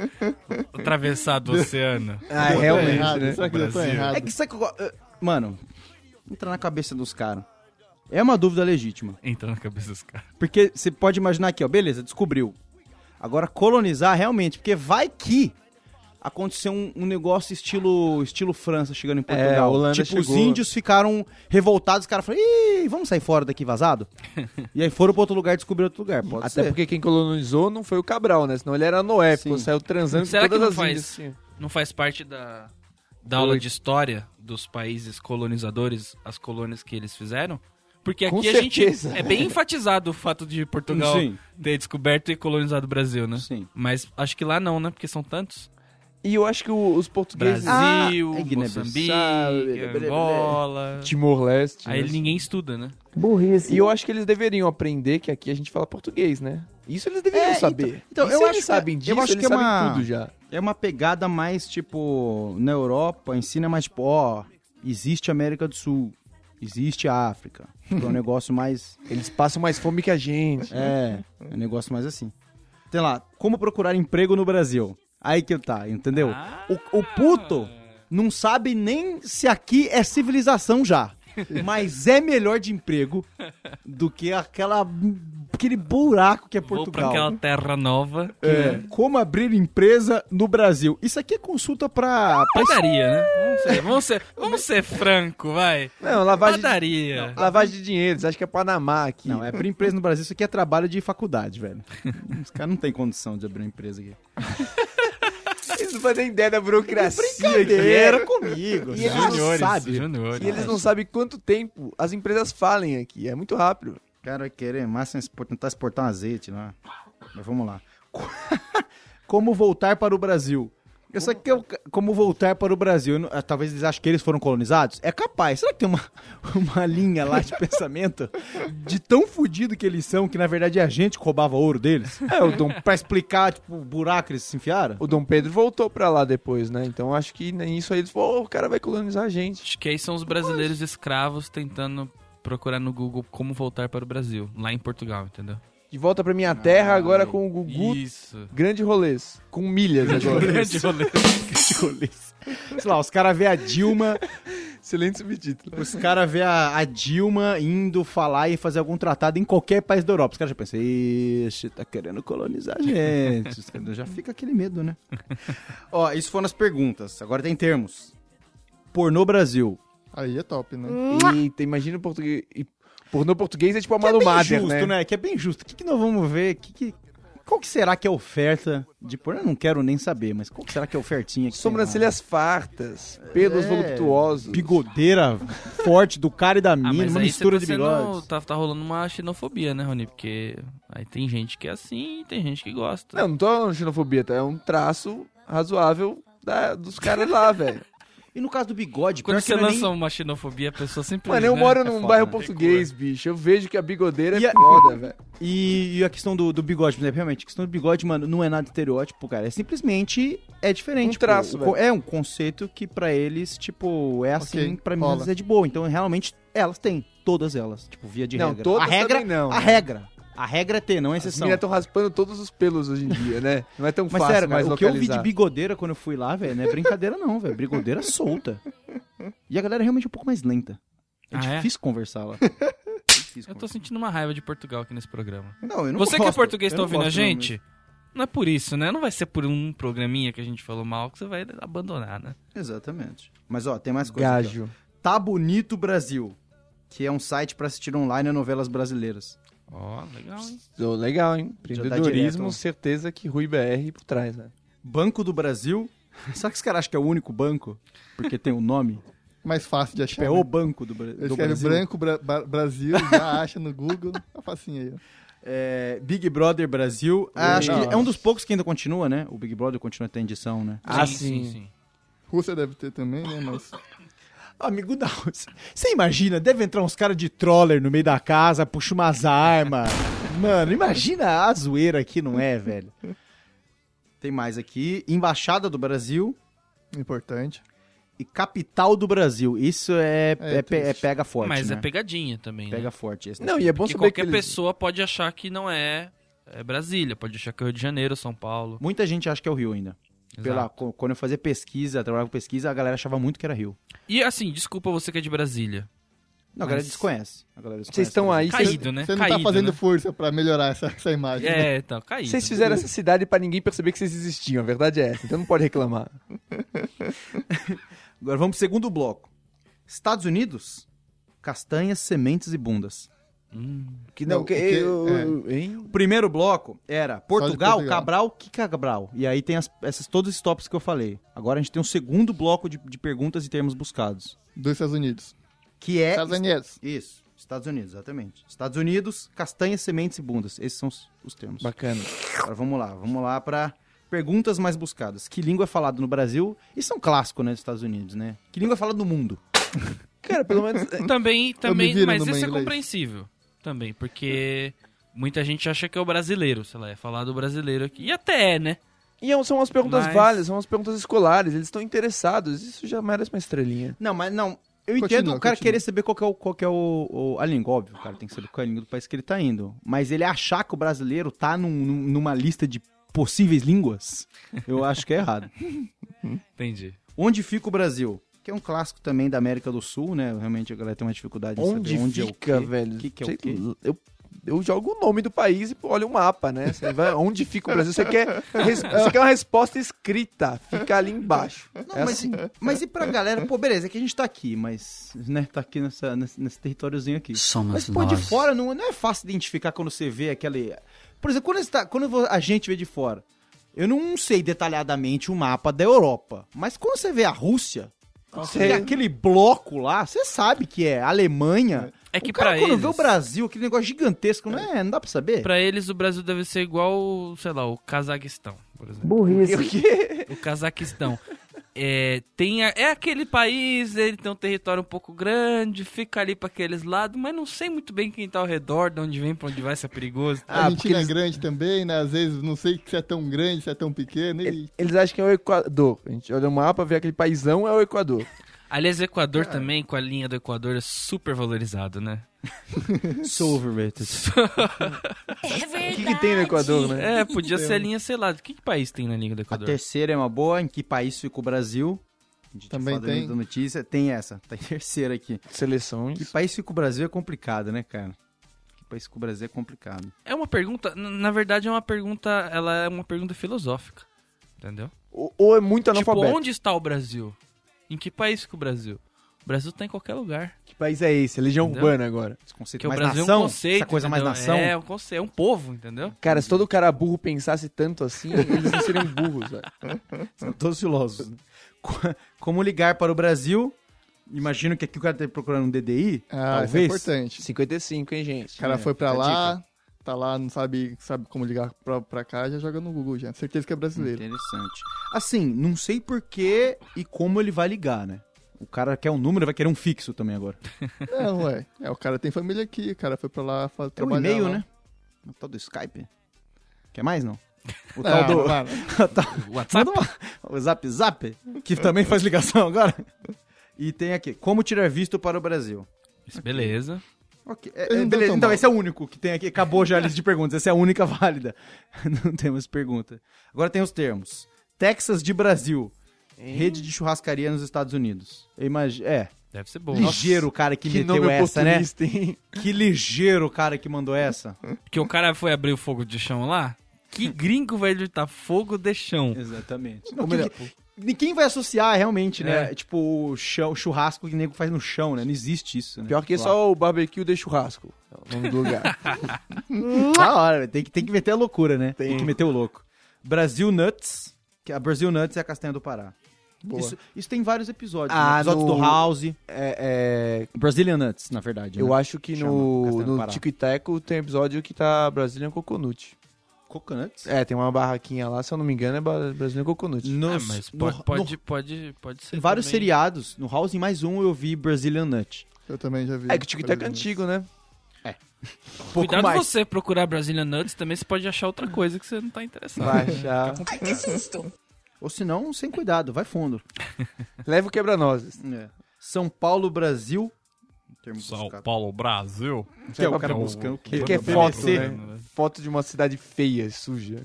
A: atravessado o oceano?
B: Ah,
D: Eu tô
B: realmente,
D: errado,
B: né?
D: Será que eu tô
A: Brasil.
D: errado?
C: É que sabe que eu go- eh, Mano, entra na cabeça dos caras. É uma dúvida legítima.
A: Entra na cabeça dos caras.
C: Porque você pode imaginar aqui, ó, beleza, descobriu. Agora colonizar realmente, porque vai que aconteceu um, um negócio estilo estilo França chegando em Portugal.
B: É, a Holanda
C: tipo, os
B: chegou.
C: índios ficaram revoltados, os caras falaram, ih, vamos sair fora daqui vazado? e aí foram pra outro lugar e descobriram outro lugar, pode
B: Até
C: ser.
B: porque quem colonizou não foi o Cabral, né? Senão ele era Noé, ficou,
C: Sim.
B: saiu transando
A: Será
B: com
A: que
B: todas
A: não
B: as
A: faz-
B: índias, assim.
A: Não faz parte da, da aula de história dos países colonizadores, as colônias que eles fizeram? Porque
B: Com
A: aqui a gente
B: certeza.
A: é bem enfatizado o fato de Portugal
C: Sim.
A: ter descoberto e colonizado o Brasil, né?
C: Sim.
A: Mas acho que lá não, né? Porque são tantos.
B: E eu acho que o- os portugueses...
A: Brasil,
C: Ah, é Guiné-Bissau,
A: Moçambique,
C: blá, blá, blá, blá.
A: Angola.
B: Timor-Leste.
A: Aí
B: né?
A: ninguém estuda, né?
B: E eu acho que eles deveriam aprender que aqui a gente fala português, né? Isso eles deveriam
C: É,
B: saber.
C: então- então,
B: Isso
C: eu
B: eles
C: acho que-
B: sabem
C: eu
B: disso,
C: acho
B: eles
C: que é
B: sabem
C: uma-
B: tudo já.
C: É uma pegada mais tipo na Europa, ensina mais tipo, ó, existe América do Sul, existe a África. Tipo, é um negócio mais
B: Eles passam mais fome que a gente.
C: é,
A: né?
C: é um negócio mais assim. Sei lá, como procurar emprego no Brasil? Aí que tá, entendeu?
A: Ah.
C: O, o puto não sabe nem se aqui é civilização já. Mas é melhor de emprego do que aquela aquele buraco que é
A: Vou pra
C: Portugal.
A: aquela né? terra nova. que
C: É, como abrir empresa no Brasil. Isso aqui é consulta pra, pra
A: Padaria, né? Vamos ser, vamos ser, vamos ser franco, vai.
B: Não, lavagem,
A: Padaria.
B: lavagem de dinheiro, eles acham que é Panamá aqui.
C: Não, é abrir empresa no Brasil, isso aqui é trabalho de faculdade, velho. Os caras não têm condição de abrir uma empresa aqui.
B: Eles não fazem ideia da burocracia que é.
C: Brincadeira comigo.
B: E eles
C: cara.
B: não
C: sabe.
A: juniores.
B: E eles não sabem quanto tempo as empresas falem aqui. É muito rápido.
C: O cara vai querer máximo expor- tentar exportar um azeite lá. Mas vamos lá. Como voltar para o Brasil? Eu sei que eu, como voltar para o Brasil, eu não- ah, talvez eles achem que eles foram colonizados. É capaz. Será que tem uma, uma linha lá de pensamento de tão fudido que eles são que na verdade é a gente que roubava ouro deles?
B: É, o Dom,
C: Pra explicar, tipo, o buraco que eles se enfiaram?
B: o Dom Pedro voltou pra lá depois, né? Então acho que nisso aí eles falaram, "Ô, o cara vai colonizar a gente.
A: Acho que aí são os brasileiros escravos tentando procurar no Google como voltar para o Brasil, lá em Portugal, entendeu?
B: De volta pra minha terra agora com o Gugu.
A: Isso.
B: Grande rolês. Com milhas agora.
A: Grande rolê.
C: Sei lá, os caras vê a Dilma,
B: Excelente subtítulo.
C: os caras vê a, a Dilma indo falar e fazer algum tratado em qualquer país da Europa. Os caras já pensam, ixi, tá querendo colonizar a gente. Os caras- já fica aquele medo, né? Ó, isso foram as perguntas. Agora tem termos. Pornô Brasil.
D: Aí é top, né?
C: Hum.
B: Eita, imagina o português. e Pornô português é tipo a
C: Que é bem
B: Malumader,
C: justo, né? Que é bem justo. O que, que nós vamos ver? Que que- Qual que será que é a oferta de pornô? Eu não quero nem saber, mas qual que será que é a ofertinha? Que tem lá?
B: Sobrancelhas fartas, pelos
C: É.
B: voluptuosos.
C: Bigodeira forte do cara e da
A: Ah,
C: mina,
A: mas
C: uma
A: aí
C: mistura
A: você
C: de
A: tá
C: bigodes.
A: sendo- tá, tá rolando uma xenofobia, né, Rony? Porque aí tem gente que é assim e tem gente que gosta.
B: Não, não tô falando xenofobia, tá? É um traço razoável da- dos caras lá, velho.
C: E no caso do bigode,
A: Quando
C: pior que
A: você
C: não é
A: lança uma xenofobia, a pessoa sempre.
B: Mano, eu
A: né?
B: moro
C: É
B: num
C: foda,
B: bairro
C: né?
B: português, bicho. Eu vejo que a bigodeira
C: E
B: é
C: a-
B: foda, velho.
C: nem- e, e a questão do, do bigode, por exemplo, realmente, a questão do bigode, mano, não é nada estereótipo, cara. É simplesmente é diferente.
B: Um
C: pô.
B: traço,
C: O co- É um conceito que pra eles, tipo, é assim,
D: Ok,
C: pra mim
D: rola.
C: às vezes é de boa. Então, realmente, elas têm. Todas elas. Tipo, via de
B: Não,
C: regra.
B: todas
C: a regra,
B: também não,
C: A
B: né?
C: regra. A regra é ter, não é
B: As
C: exceção.
B: meninas estão raspando todos os pelos hoje em dia, né? Não é tão
C: Mas
B: fácil
C: sério, cara,
B: mais
C: o que eu vi de
B: localizar.
C: bigodeira quando eu fui lá, velho, não é brincadeira não, velho. Bigodeira solta. E a galera é realmente um pouco mais lenta. É
A: Ah, é?
C: difícil conversar lá. É difícil
A: Eu tô
C: conversar.
A: sentindo uma raiva de Portugal aqui nesse programa.
C: Não, eu não
A: você que é
C: gosto.
A: português tá
C: Eu não
A: ouvindo a
C: gosto, não,
A: gente? Não é por isso, né? Não vai ser por um programinha que a gente falou mal que você vai abandonar, né?
C: mas- Exatamente. Mas ó, tem mais coisa. aqui, ó.
B: Gajo.
C: Tá Bonito Brasil, que é um site pra assistir online a novelas brasileiras.
A: Ó, legal, hein?
B: Ô, legal, hein?
C: direto,
B: Empreendedorismo,
C: ó.
B: certeza que Rui BR por trás, né?
C: Banco do Brasil. Será que os caras acham que é o único banco? Porque tem um nome?
D: Mais fácil de achar.
C: Tipo, é o
D: né?
C: Banco do, Bra
D: Eles
C: do
D: escrevem
C: Brasil.
D: branco Bra- Ba- Brasil, já acha no Google. Tá facinho aí. ó.
C: É, Big Brother Brasil. Ah, acho que é um dos poucos que ainda continua, né? O Big Brother continua tendo edição, né?
B: Ah, sim.
D: Rússia deve ter também, né? Mas
C: Amigo da Rússia. Você imagina, deve entrar uns caras de troller no meio da casa, puxa umas armas. Mano, imagina a zoeira aqui, não é, velho? Tem mais aqui. Embaixada do Brasil
D: importante.
C: e capital do Brasil. Isso é, é, pe-
D: triste.
C: é pega forte,
A: Mas
C: né?
A: é pegadinha também, né?
C: Pega forte. Esse
B: Não, e é bom
A: Porque
B: saber que
A: qualquer
B: eles-
A: pessoa pode achar que não é, é Brasília, pode achar que é Rio de Janeiro, São Paulo.
C: Muita gente acha que é o Rio ainda. Pela,
A: Exato.
C: co- quando eu fazia pesquisa, trabalhava com pesquisa, a galera achava muito que era Rio.
A: E assim, desculpa você que é de Brasília.
C: Não, a galera
A: Mas-
C: desconhece. A galera desconhece
B: Vocês estão aí, vocês-
A: Caído, né?
D: Você não
A: Caído,
D: tá fazendo
A: né?
D: força pra melhorar essa, essa imagem. né?
A: É, então, caído.
B: vocês fizeram essa cidade pra ninguém perceber que vocês existiam. A verdade é essa, então não pode reclamar.
C: Agora vamos pro segundo bloco. Estados Unidos, castanhas, sementes e bundas.
A: Hum.
B: Que
D: não, Não, que- é. o que- eu-
C: O primeiro bloco era Portugal,
D: Portugal.
C: Cabral, que Cabral. E aí tem as- essas, todos os tops que eu falei. Agora a gente tem um segundo bloco de, de perguntas e termos buscados.
D: Dos Estados Unidos.
C: Que é...
D: Estados Unidos.
C: Isso, Estados Unidos, exatamente. Estados Unidos, castanhas, sementes e bundas. Esses são os, os termos.
B: Bacana.
C: Agora vamos lá, vamos lá pra perguntas mais buscadas. Que língua é falada no Brasil? Isso é um clássico, né, dos Estados Unidos, né? Que língua é falada no mundo?
B: Cara, pelo menos.
A: Também, também,
D: viro
A: mas
D: no meu
A: isso é
D: inglês.
A: compreensível. Também, porque muita gente acha que é o brasileiro, sei lá, é falar do brasileiro aqui. E até é, né?
B: E é um- são umas perguntas
A: Mas-
B: válidas, são umas perguntas escolares, eles estão interessados. Isso já merece uma estrelinha.
C: Não, mas não. Eu
D: Continua,
C: entendo o cara
D: continua.
C: querer saber qual que é, o, qual que é o, o- a língua, óbvio, o cara tem que saber qual é a língua do país que ele tá indo. Mas ele achar que o brasileiro tá num- num- numa lista de possíveis línguas, eu acho que é errado.
A: Entendi.
C: Onde fica o Brasil? Que é um clássico também da América do Sul, né? Realmente a galera tem uma dificuldade em
B: Onde,
C: saber onde
B: fica,
C: é o quê.
B: velho?
C: O que, que é
B: Sei
C: o quê?
B: lá, Eu, eu jogo o nome do país e pô, olho o mapa, né? Você vai, onde fica o Brasil? Você quer, res- você quer uma resposta escrita, fica ali embaixo.
C: Não,
B: É
C: mas,
B: assim.
C: mas e pra galera? Pô, beleza, é que a gente tá aqui, mas, né, tá aqui nessa, nesse, nesse territóriozinho aqui.
G: Somos
C: mas, pô, de fora não, não é fácil identificar quando você vê aquele... Por exemplo, quando, está, quando vo- a gente vê de fora, eu não sei detalhadamente o mapa da Europa, mas quando você vê a Rússia, você vê aquele bloco lá, você sabe que é Alemanha.
A: É que
C: o cara,
A: pra
C: quando
A: eles,
C: vê o Brasil, aquele negócio gigantesco, não é? Não dá pra saber?
A: pra eles o Brasil deve ser igual, sei lá, o Cazaquistão, por exemplo.
B: Eu que-
A: O Cazaquistão. É, tem a- é aquele país, ele tem um território um pouco grande, fica ali pra aqueles lados, mas não sei muito bem quem tá ao redor, de onde vem, pra onde vai, se é perigoso.
C: Ah,
D: A
C: porque
D: Argentina
C: eles-
D: é grande também, né? Às vezes não sei se é tão grande, se é tão pequeno. E...
B: Eles acham que é o Equador. A gente olha o mapa, vê aquele paizão, é o Equador.
A: Aliás, o Equador também, com a linha do Equador, é super valorizado, né?
C: So overrated.
F: É verdade.
B: O que, que tem no Equador, né?
A: É, podia ser a linha, sei lá, o que, que país tem na linha do
C: A
A: Equador?
C: terceira é uma boa, em que país fica o Brasil? A gente
D: Também
C: fala da-
D: tem.
C: Da notícia. Tem essa, tá em terceira aqui.
B: Seleções.
C: Que país fica o Brasil é complicado, né, cara? Que país fica o Brasil é complicado.
A: É uma pergunta, n- na verdade é uma pergunta, ela é uma pergunta filosófica, entendeu?
B: Ou, ou é muito
A: Tipo,
B: analfabeto.
A: onde está o Brasil? Em que país fica o Brasil? O Brasil tá em qualquer lugar.
B: Que país é esse? É Legião
A: Entendeu?
B: Urbana agora.
C: Esse conceito
A: Porque o
C: mais
A: Brasil
C: nação,
A: é um conceito.
C: essa coisa mais
A: entendeu?
C: nação.
A: É, é um conceito, é um povo, entendeu?
B: Cara, se todo cara burro pensasse tanto assim, eles não seriam burros, velho.
C: São todos filósofos. Co- Como ligar para o Brasil? Imagino que aqui o cara tá procurando um DDI,
D: Ah, isso é
C: talvez.
D: importante.
B: 55, hein, gente?
D: O cara
C: É,
D: foi pra
C: fica a
D: lá, tá lá, não sabe, sabe como ligar pra, pra cá, já joga no Google já. Certeza que é brasileiro.
C: Interessante. Assim, não sei por que e como ele vai ligar, né? O cara quer um número, vai querer um fixo também agora.
D: Não, ué. É, o cara tem família aqui, o cara foi pra lá fa-
C: É o
D: trabalhar.
C: e-mail,
D: lá.
C: né? O tal do Skype. Quer mais, não? O
D: Não,
C: tal do...
D: mano.
C: o tal-
A: O WhatsApp.
C: O Zap Zap, que também faz ligação agora. E tem aqui, como tirar visto para o Brasil.
A: Isso, beleza.
C: Ok, é-
D: Eles
C: é,
D: não
C: beleza,
D: tão
C: então
D: mal.
C: esse é o único que tem aqui. Acabou já a lista de perguntas, essa é a única válida. Não temos pergunta. Agora tem os termos. Texas de Brasil, rede de churrascaria nos Estados Unidos. Eu imagino, é,
A: Deve ser bom.
C: ligeiro o cara que, meteu essa, né? Que ligeiro o cara que mandou essa.
A: Porque o cara foi abrir o fogo de chão lá. Que gringo vai gritar fogo de chão?
C: Exatamente. Ou melhor, ninguém vai associar realmente, né?
A: É.
C: Tipo, o chão- churrasco que o nego faz no chão, né? Não existe isso, né?
B: Pior que é
C: Lá.
B: só o barbecue de churrasco. É o nome do lugar.
C: Da Tipo, hora, velho. tem que, tem que meter a loucura, né? Tem, que meter o louco. Brasil Nuts, que a Brasil Nuts é a castanha do Pará.
D: Boa.
C: Isso, isso tem vários episódios.
B: Ah,
C: né? Episódios
B: no-
C: do House.
B: é, é,
C: Brazilian Nuts, na verdade.
B: eu
C: né?
B: acho que
C: Chama,
B: no,
C: Castelo do
B: no
C: Pará.
B: Tico e Teco tem episódio que tá Brazilian Coconut.
C: Coconuts?
B: É, tem uma barraquinha lá, se eu não me engano, é Ba- Brazilian Coconut.
A: Ah,
C: Nos-
A: mas
C: no-
A: pode,
C: no-
A: pode, pode, pode ser.
C: em vários
A: também.
C: seriados. No House, em mais um, eu vi Brazilian Nut.
D: Eu também já vi.
B: É que o Tico e Teco é antigo, né?
C: Pouco
A: Cuidado
C: mais.
A: você procurar Brazilian Nuts, também você pode achar outra coisa que você não tá interessado.
B: Vai achar.
F: Ai, que susto.
C: Ou se não, sem cuidado, vai fundo.
B: Leva o quebra-nozes.
C: É. São Paulo, Brasil. Um termo buscado.
A: Paulo, Brasil.
C: Que é o cara buscando o quê?
B: Que é
C: PVC.
B: foto, né? Foto de uma cidade feia, suja.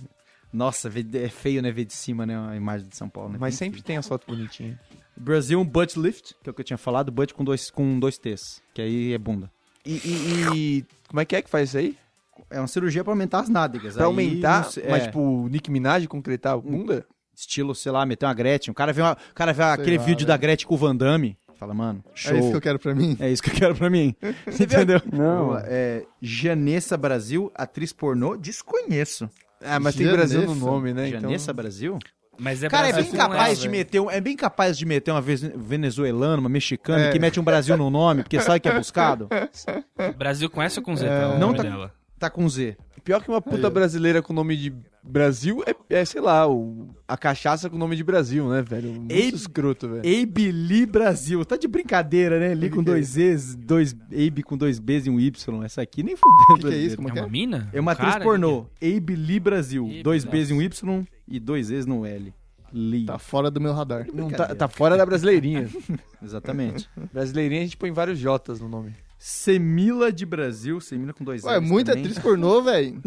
C: Nossa, vê- é feio, né? Ver de cima, né? A imagem de São Paulo, né?
B: Mas sempre tem as fotos bonitinhas.
C: Brasil, um butt lift, que é o que eu tinha falado, butt com dois, com dois T's, que aí é bunda.
B: E, e- e como é que é que faz isso aí?
C: É uma cirurgia pra aumentar as nádegas.
B: Pra
C: aí
B: aumentar,
C: não sei- é,
B: mas tipo, Nick Minaj concretar a bunda?
C: Estilo, sei lá, meter uma Gretchen. O cara vê, uma- o cara vê aquele
D: lá,
C: vídeo
B: né?
D: velho.
C: da Gretchen com o Van Damme. Fala, mano, show.
D: É isso que eu quero pra mim.
C: É isso que eu quero pra mim. Entendeu?
B: Não.
C: É, Janessa Brasil, atriz pornô, desconheço.
B: Ah, mas tem Brasil no
D: Janessa.
B: nome, né? Então,
C: Janessa Brasil?
A: Mas é
C: Cara, é
A: Brasil
C: bem
A: com
C: capaz
A: S,
C: de
A: velho.
C: meter um, é bem capaz de meter uma vez- venezuelana, uma mexicana,
D: É.
C: que mete um Brasil no nome, porque sabe que é buscado.
A: Brasil com S ou com Z? tá? O
C: Não
A: nome
C: tá-
A: dela.
C: Tá com Z.
B: Pior que uma puta brasileira com nome de Brasil é, é, sei lá, o- a cachaça com nome de Brasil, né, velho? Muito
C: Ei-
B: escroto, velho.
C: É. Abe Lee Brasil. Tá de brincadeira, né? Lee com dois Zs, dois Abe com dois Bs e um Y. Essa aqui nem fudeu.
D: O que, que é
C: brasileiro.
D: isso? Como
A: É
D: é que
A: uma
D: é?
A: mina?
C: É uma
A: Um
C: atriz
A: cara?
C: pornô. Abe Lee Brasil.
A: Ih,
C: dois
A: nossa.
C: Bs e um Y e dois Zs no L. Lee.
D: Tá fora do meu radar.
B: Não tá, tá fora da brasileirinha.
C: Exatamente.
B: brasileirinha a gente põe vários Jotas no nome.
C: Semila de Brasil. Semila com dois
D: Ué,
C: Ls
D: muita
C: é também.
D: atriz pornô, velho.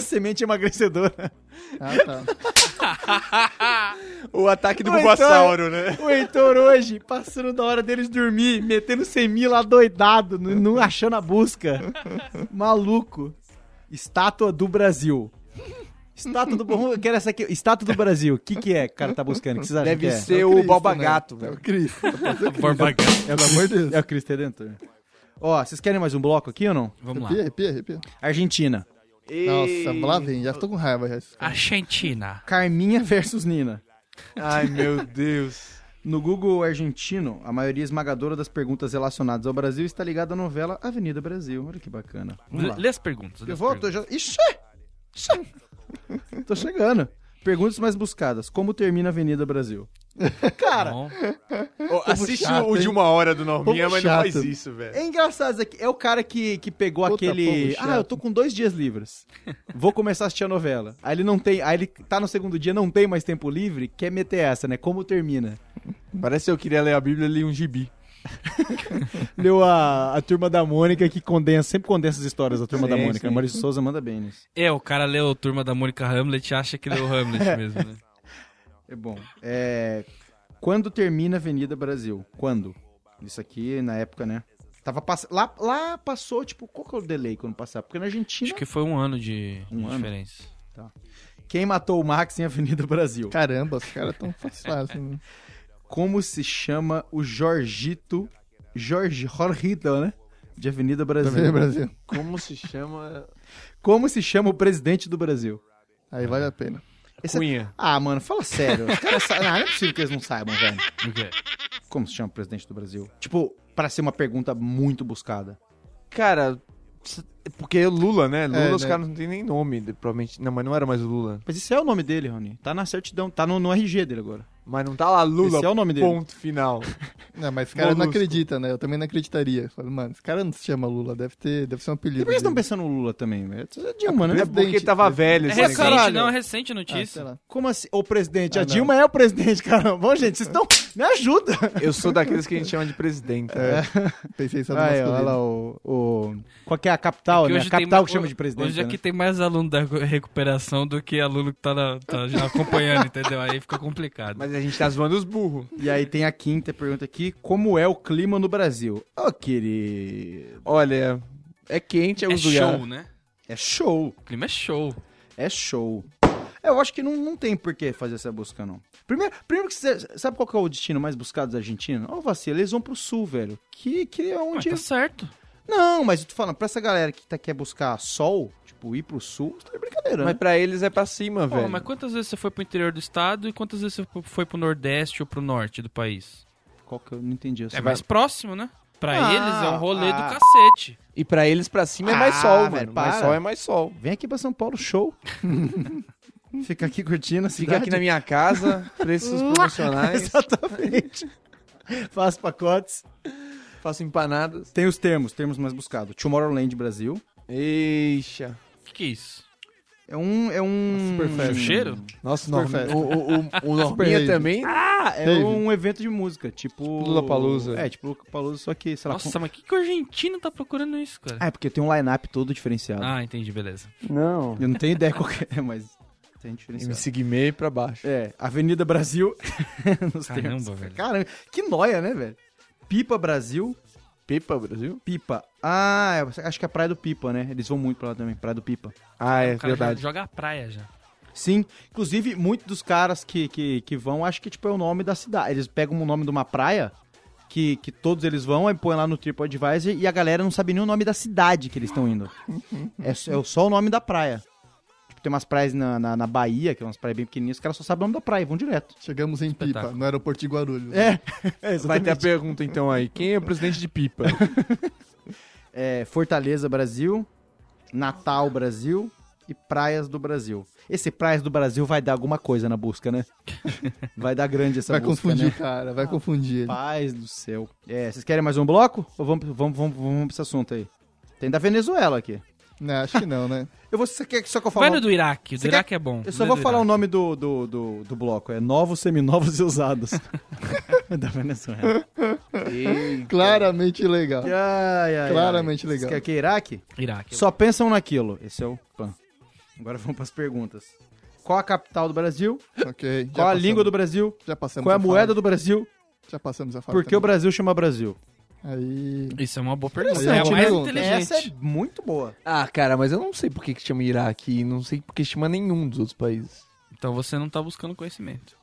C: Semente emagrecedora.
D: Ah, tá.
B: O ataque do
C: Ou então-
B: Bulbasauro, né?
C: O Heitor hoje, passando da hora deles dormir, metendo semila doidado, n- não achando a busca. Maluco. Estátua do Brasil. Estátua do... Vamos- Eu quero essa aqui. Estátua do Brasil. O que que é que o cara tá buscando? O que vocês acham
B: Deve
C: que é?
B: ser
D: É
B: o,
D: o Cristo,
B: Boba
D: né?
B: Gato,
D: É o
B: velho.
D: Cris.
A: Borbaga.
C: É o,
D: Pelo amor
C: Cristo,
D: de Deus.
C: é o Cristo Redentor. Ó, vocês querem mais um bloco aqui ou não?
A: Vamos lá.
D: Arrepia, arrepia, arrepia.
C: Argentina.
D: Nossa, lá vem. Já tô com raiva já.
A: Argentina.
C: Carminha versus Nina.
B: Ai, meu Deus.
C: No Google argentino, a maioria esmagadora das perguntas relacionadas ao Brasil está ligada à novela Avenida Brasil. Olha que bacana. Vamos lá.
A: Lê as perguntas. lê
C: Eu
A: as
C: volto, eu
A: perguntas.
C: já. Ixi! Ixi! é! Tô chegando. Perguntas mais buscadas. Como termina a Avenida Brasil?
A: tá
C: Cara,
A: Bom,
G: Ô, assiste
D: chato,
G: o de
D: hein?
G: uma hora do Norminha,
D: Povo
G: mas não faz
D: chato.
G: isso, velho.
C: É engraçado isso aqui. É o cara que, que pegou
D: Puta,
C: aquele.
D: povo chato.
C: Ah, eu tô com dois dias livres. Vou começar a assistir a novela. Aí ele não tem. Aí ele tá no segundo dia, não tem mais tempo livre. Quer meter essa, né? Como termina?
B: Parece que eu queria ler a Bíblia e li um gibi.
C: Leu a, a turma da Mônica que condensa, sempre condensa as histórias da turma da Mônica. Maurício Souza manda bem nisso.
A: é, o cara leu o Turma da Mônica Hamlet e acha que leu Hamlet mesmo, né?
C: É bom. É. Quando termina a Avenida Brasil? Quando? Isso aqui na época, né? Tava pass... lá, lá passou, tipo, qual que é o delay quando passar? Porque na Argentina.
A: Acho que foi um ano de
C: Um ano?
A: diferença.
C: Quem matou o Max em Avenida Brasil?
D: Caramba, os caras tão fácil. fácil, né?
C: como se chama o Jorgito, Jorge, Jorgito, né? De Avenida
D: Tá vendo,
C: Brasil.
D: Brasil?
B: Como se chama?
C: Como se chama o presidente do Brasil?
D: Aí vale a pena.
C: Esse-
B: Cunha.
C: Ah, mano, fala sério. Os caras sa- Ah, não é possível que eles não saibam, velho.
A: O quê?
C: Como se chama o presidente do Brasil? Tipo, pra ser uma pergunta muito buscada.
B: Cara, s- porque é Lula, né? Lula,
D: É,
B: os
D: né?
B: caras não tem nem nome, de- provavelmente. Não, mas não era mais o Lula.
C: Mas isso é o nome dele, Rony. Tá na certidão, tá no, no RG dele agora.
B: Mas não tá lá Lula,
C: Esse é o nome dele.
B: ponto final. É
D: Não, mas esse cara não
B: Molusco.
D: acredita, né? Eu também não acreditaria. Falo, mano, esse cara não se chama Lula, deve ter, deve ser um
C: E por
D: apelido.
C: que eles estão
D: dele.
C: pensando no Lula também, velho? É Dilma, né?
B: É porque ele tava
A: É
B: velho. esse
A: recente,
B: negócio.
C: caralho.
A: não, é recente a
D: Ah, sei
A: notícia.
D: lá.
C: Como assim? O presidente.
D: Ah,
C: a
D: não.
C: Dilma é o presidente, caramba. Bom, gente, vocês estão... Me ajuda.
B: Eu sou daqueles que a gente chama de presidente. né?
D: Pensei só no
C: Aí, olha
D: masculino.
C: lá o, o... Qual que é a capital,
A: Porque
C: né? A
A: hoje tem
C: capital
A: mais-
C: que chama de presidente,
A: Hoje é
C: né?
A: aqui tem mais aluno da recuperação do que aluno que tá, na- tá já acompanhando, entendeu? Aí fica complicado.
B: Mas a gente tá zoando os burros.
C: E aí tem a quinta pergunta aqui, como é o clima no Brasil? Ô, querido...
B: Olha, é quente, é,
A: é
B: o
A: show, né?
C: É show,
A: O clima é show.
C: é show. Eu acho que não, não tem por que fazer essa busca, não. Primeiro, primeiro que você... Sabe qual que é o destino mais buscado da Argentina? Ó, vacilo, eles vão pro sul, velho. Que, que
B: Ah,
C: é
A: Mas
C: onde...
A: tá certo.
C: Não, mas eu tô falando, pra essa galera que tá, quer buscar sol, tipo, ir pro sul, tá de brincadeira,
B: Mas
C: né?
B: pra eles é pra cima,
A: Pô,
B: velho.
A: mas quantas vezes você foi pro interior do estado e quantas vezes você foi pro nordeste ou pro norte do país?
C: Qual que eu não entendi essa
A: É mais próximo, né? Pra
C: Ah,
A: eles é um rolê do
C: ah.
A: cacete.
B: E pra eles pra cima é
C: Ah,
B: mais sol,
C: velho,
B: mano. Mais
C: para.
B: sol é mais sol.
C: Vem aqui pra São Paulo, show. Fica aqui curtindo a cidade.
B: Fica aqui na minha casa, preços promocionais,
C: Exatamente. Faz pacotes.
B: faço empanadas.
C: Tem os termos, termos mais buscados. Tomorrowland Brasil.
B: Eixa.
A: O que, que é isso? Hum,
C: É um... É um...
D: Superfest.
A: Cheiro?
B: Nossa,
D: Super
B: Norm...
D: festa.
B: o, o, o, o Norminha
D: Super
B: também.
C: Ah, é
D: Teve.
C: um evento de música, tipo...
B: Lollapalooza.
C: É, tipo Lollapalooza, só que, sei lá...
A: Nossa, mas o que, que o argentino tá procurando isso, cara?
C: Ah, é porque tem um line-up todo diferenciado.
A: Ah, entendi, beleza.
B: Não.
C: Eu não tenho ideia qual que é, mas tem
B: Me
C: diferenciado.
B: segui meio pra baixo.
C: É, Avenida Brasil nos
A: Caramba,
C: termos.
A: velho.
C: Caramba, que noia, né, velho? Pipa Brasil,
B: Pipa, Brasil?
C: Pipa. Ah, eu acho que é a Praia do Pipa, né? Eles vão muito pra lá também, Praia do Pipa.
B: Ah, é
A: O cara já
B: verdade.
A: joga a praia já.
C: Sim, inclusive muitos dos caras que, que, que vão, acho que tipo é o nome da cidade. Eles pegam o nome de uma praia que, que todos eles vão, aí põem lá no TripAdvisor e a galera não sabe nem o nome da cidade que eles estão indo. é, só- é só o nome da praia. Tipo, tem umas praias na, na, na Bahia, que são umas praias bem pequenininhas, os caras só sabem o nome da praia, e vão direto.
D: Chegamos em Pipa,
A: Espetáculo.
D: no aeroporto de Guarulhos.
C: É,
B: Vai
C: é
B: ter a
C: exatamente.
B: pergunta então aí. Quem é o presidente de Pipa?
C: É, Fortaleza, Brasil, Natal, Brasil e Praias do Brasil. Esse Praias do Brasil vai dar alguma coisa na busca, né? Vai dar grande essa
D: vai
C: busca,
D: confundir
C: né?
D: o cara, vai confundir ele.
C: Paz do céu. É, vocês querem mais um bloco? Ou vamos, vamos, vamos, vamos pra esse assunto aí? Tem da Venezuela aqui.
D: Não, acho que não, né?
C: Eu vou, você quer que só que eu
A: Vai
C: fale.
A: no do Iraque, o do
C: Você
A: Iraque é bom.
C: Eu só
A: Vê
C: vou
A: do
C: falar o
A: Iraque.
C: nome do, do, do, do bloco. É Novos, Seminovos e Usados. da Venezuela.
D: Claramente legal.
C: Ai, ai, ai.
D: Claramente
C: Vocês
D: legal.
C: querem que é Iraque?
A: Iraque.
C: Só pensam naquilo. Esse é o PAN. Agora vamos pras perguntas. Qual a capital do Brasil? Qual
D: Ok. já
C: é a
D: passamos-
C: língua do Brasil?
D: Já passamos
C: Qual é a
D: fase.
C: moeda do Brasil?
D: Já passamos a fase.
C: Por que o Brasil chama Brasil?
D: Aí.
A: Isso é uma boa pergunta.
D: Interessante,
A: É a mais
D: pergunta.
A: inteligente.
C: Essa é muito boa.
B: ah, cara, mas eu não sei por que, que chama Iraque e não sei por que chama nenhum dos outros países.
A: Então você não tá buscando conhecimento.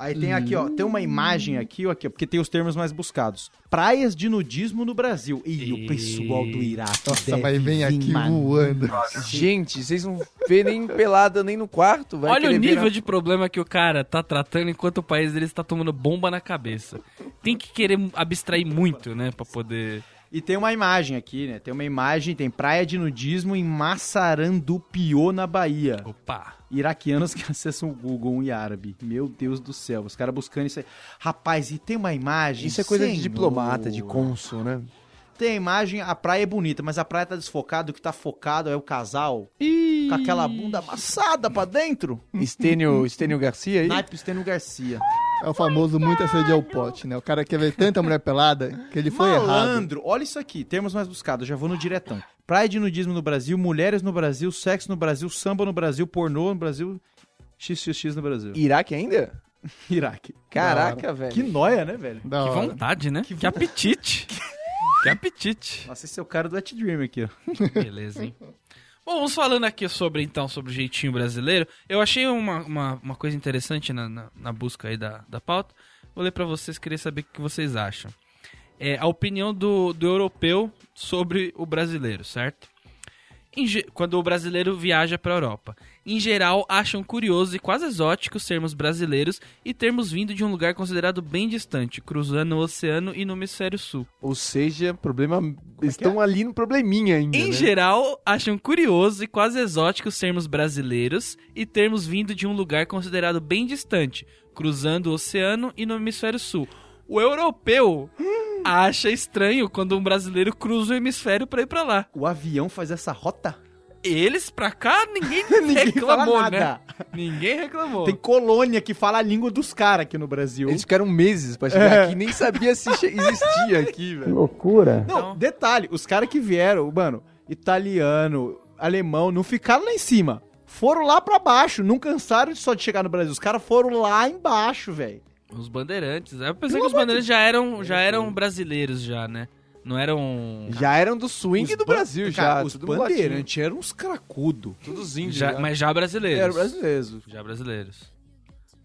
C: Aí tem aqui, ó, tem uma imagem aqui, ó, aqui, ó, porque tem os termos mais buscados. Praias de nudismo no Brasil. E o pessoal do Iraque.
D: Nossa,
C: deve
D: mas vem
C: vir,
B: um
D: aqui
C: mano.
D: voando.
B: Gente, vocês não vê nem pelada nem no quarto, vai
A: Olha o
B: querer ver
A: nível
B: na-
A: de problema que o cara tá tratando enquanto o tá país dele está tomando bomba na cabeça. Tem que querer abstrair muito, né, pra poder
C: E tem uma imagem aqui, né? Tem uma imagem, tem praia de nudismo em Massarandupiô, na Bahia.
A: Opa.
C: Iraquianos que acessam o Google em árabe. Meu Deus do céu, os caras buscando isso aí. Rapaz, e tem uma imagem.
B: Isso é coisa de
C: Senhor.
B: diplomata, de cônsul, né?
C: Tem a imagem, a praia é bonita, mas a praia tá desfocada, o que tá focado é o casal com aquela bunda amassada pra dentro.
B: Estênio, Estênio Garcia aí?
C: Naipe Estênio Garcia.
D: É o famoso muita sede ao pote, né? O cara quer ver tanta mulher pelada que ele foi errado.
C: Malandro, olha isso aqui, termos mais buscados, já vou no diretão. Praia de nudismo no Brasil, mulheres no Brasil, sexo no Brasil, samba no Brasil, pornô no Brasil, xxx no Brasil.
B: Iraque ainda?
C: Iraque.
B: Caraca, velho.
C: Que nóia, né, velho?
D: Da
A: Que
D: hora.
A: vontade, né? Que, apetite. que apetite.
C: Nossa, esse é o cara do At Dream aqui, ó.
A: Beleza, hein? Bom, vamos falando aqui sobre, então, sobre o jeitinho brasileiro. Eu achei uma, uma, uma coisa interessante na, na, na busca aí da, da pauta. Vou ler pra vocês, queria saber o que vocês acham. É a opinião do, do europeu sobre o brasileiro, certo? Em ge- quando o brasileiro viaja pra Europa. Em geral, acham curioso e quase exótico sermos brasileiros e termos vindo de um lugar considerado bem distante, cruzando o oceano e no hemisfério sul.
B: Ou seja, problema. Estão ali no probleminha ainda.
A: Em
B: né?
A: geral, acham curioso e quase exótico sermos brasileiros e termos vindo de um lugar considerado bem distante, cruzando o oceano e no hemisfério sul. O europeu acha estranho quando um brasileiro cruza o hemisfério pra ir pra lá.
C: O avião faz essa rota?
A: Eles pra cá, ninguém, reclamou,
C: Reclamou,
A: né?
C: nada.
A: Ninguém reclamou.
C: Tem colônia que fala a língua dos caras aqui no Brasil.
B: Eles ficaram meses pra chegar aqui, nem sabia se che- existia aqui, velho.
D: loucura.
C: Não,
A: Então-
C: detalhe, os caras que vieram, mano, italiano, alemão, não ficaram lá em cima. Foram lá pra baixo, não cansaram só de chegar no Brasil. Os caras foram lá embaixo, velho.
A: Os bandeirantes. é, Eu pensei que os bandeirantes já eram, já eram brasileiros, já, né? Não eram.
B: Já eram do swing
C: Os
B: do
C: ban-
B: Brasil,
C: Cara,
B: já.
C: Os
B: tudo mulatinho.
C: bandeirantes eram uns cracudo.
B: Tudo os índios.
A: já-
C: Hum,
B: já.
A: mas já brasileiros.
C: Eram brasileiros.
A: Já brasileiros.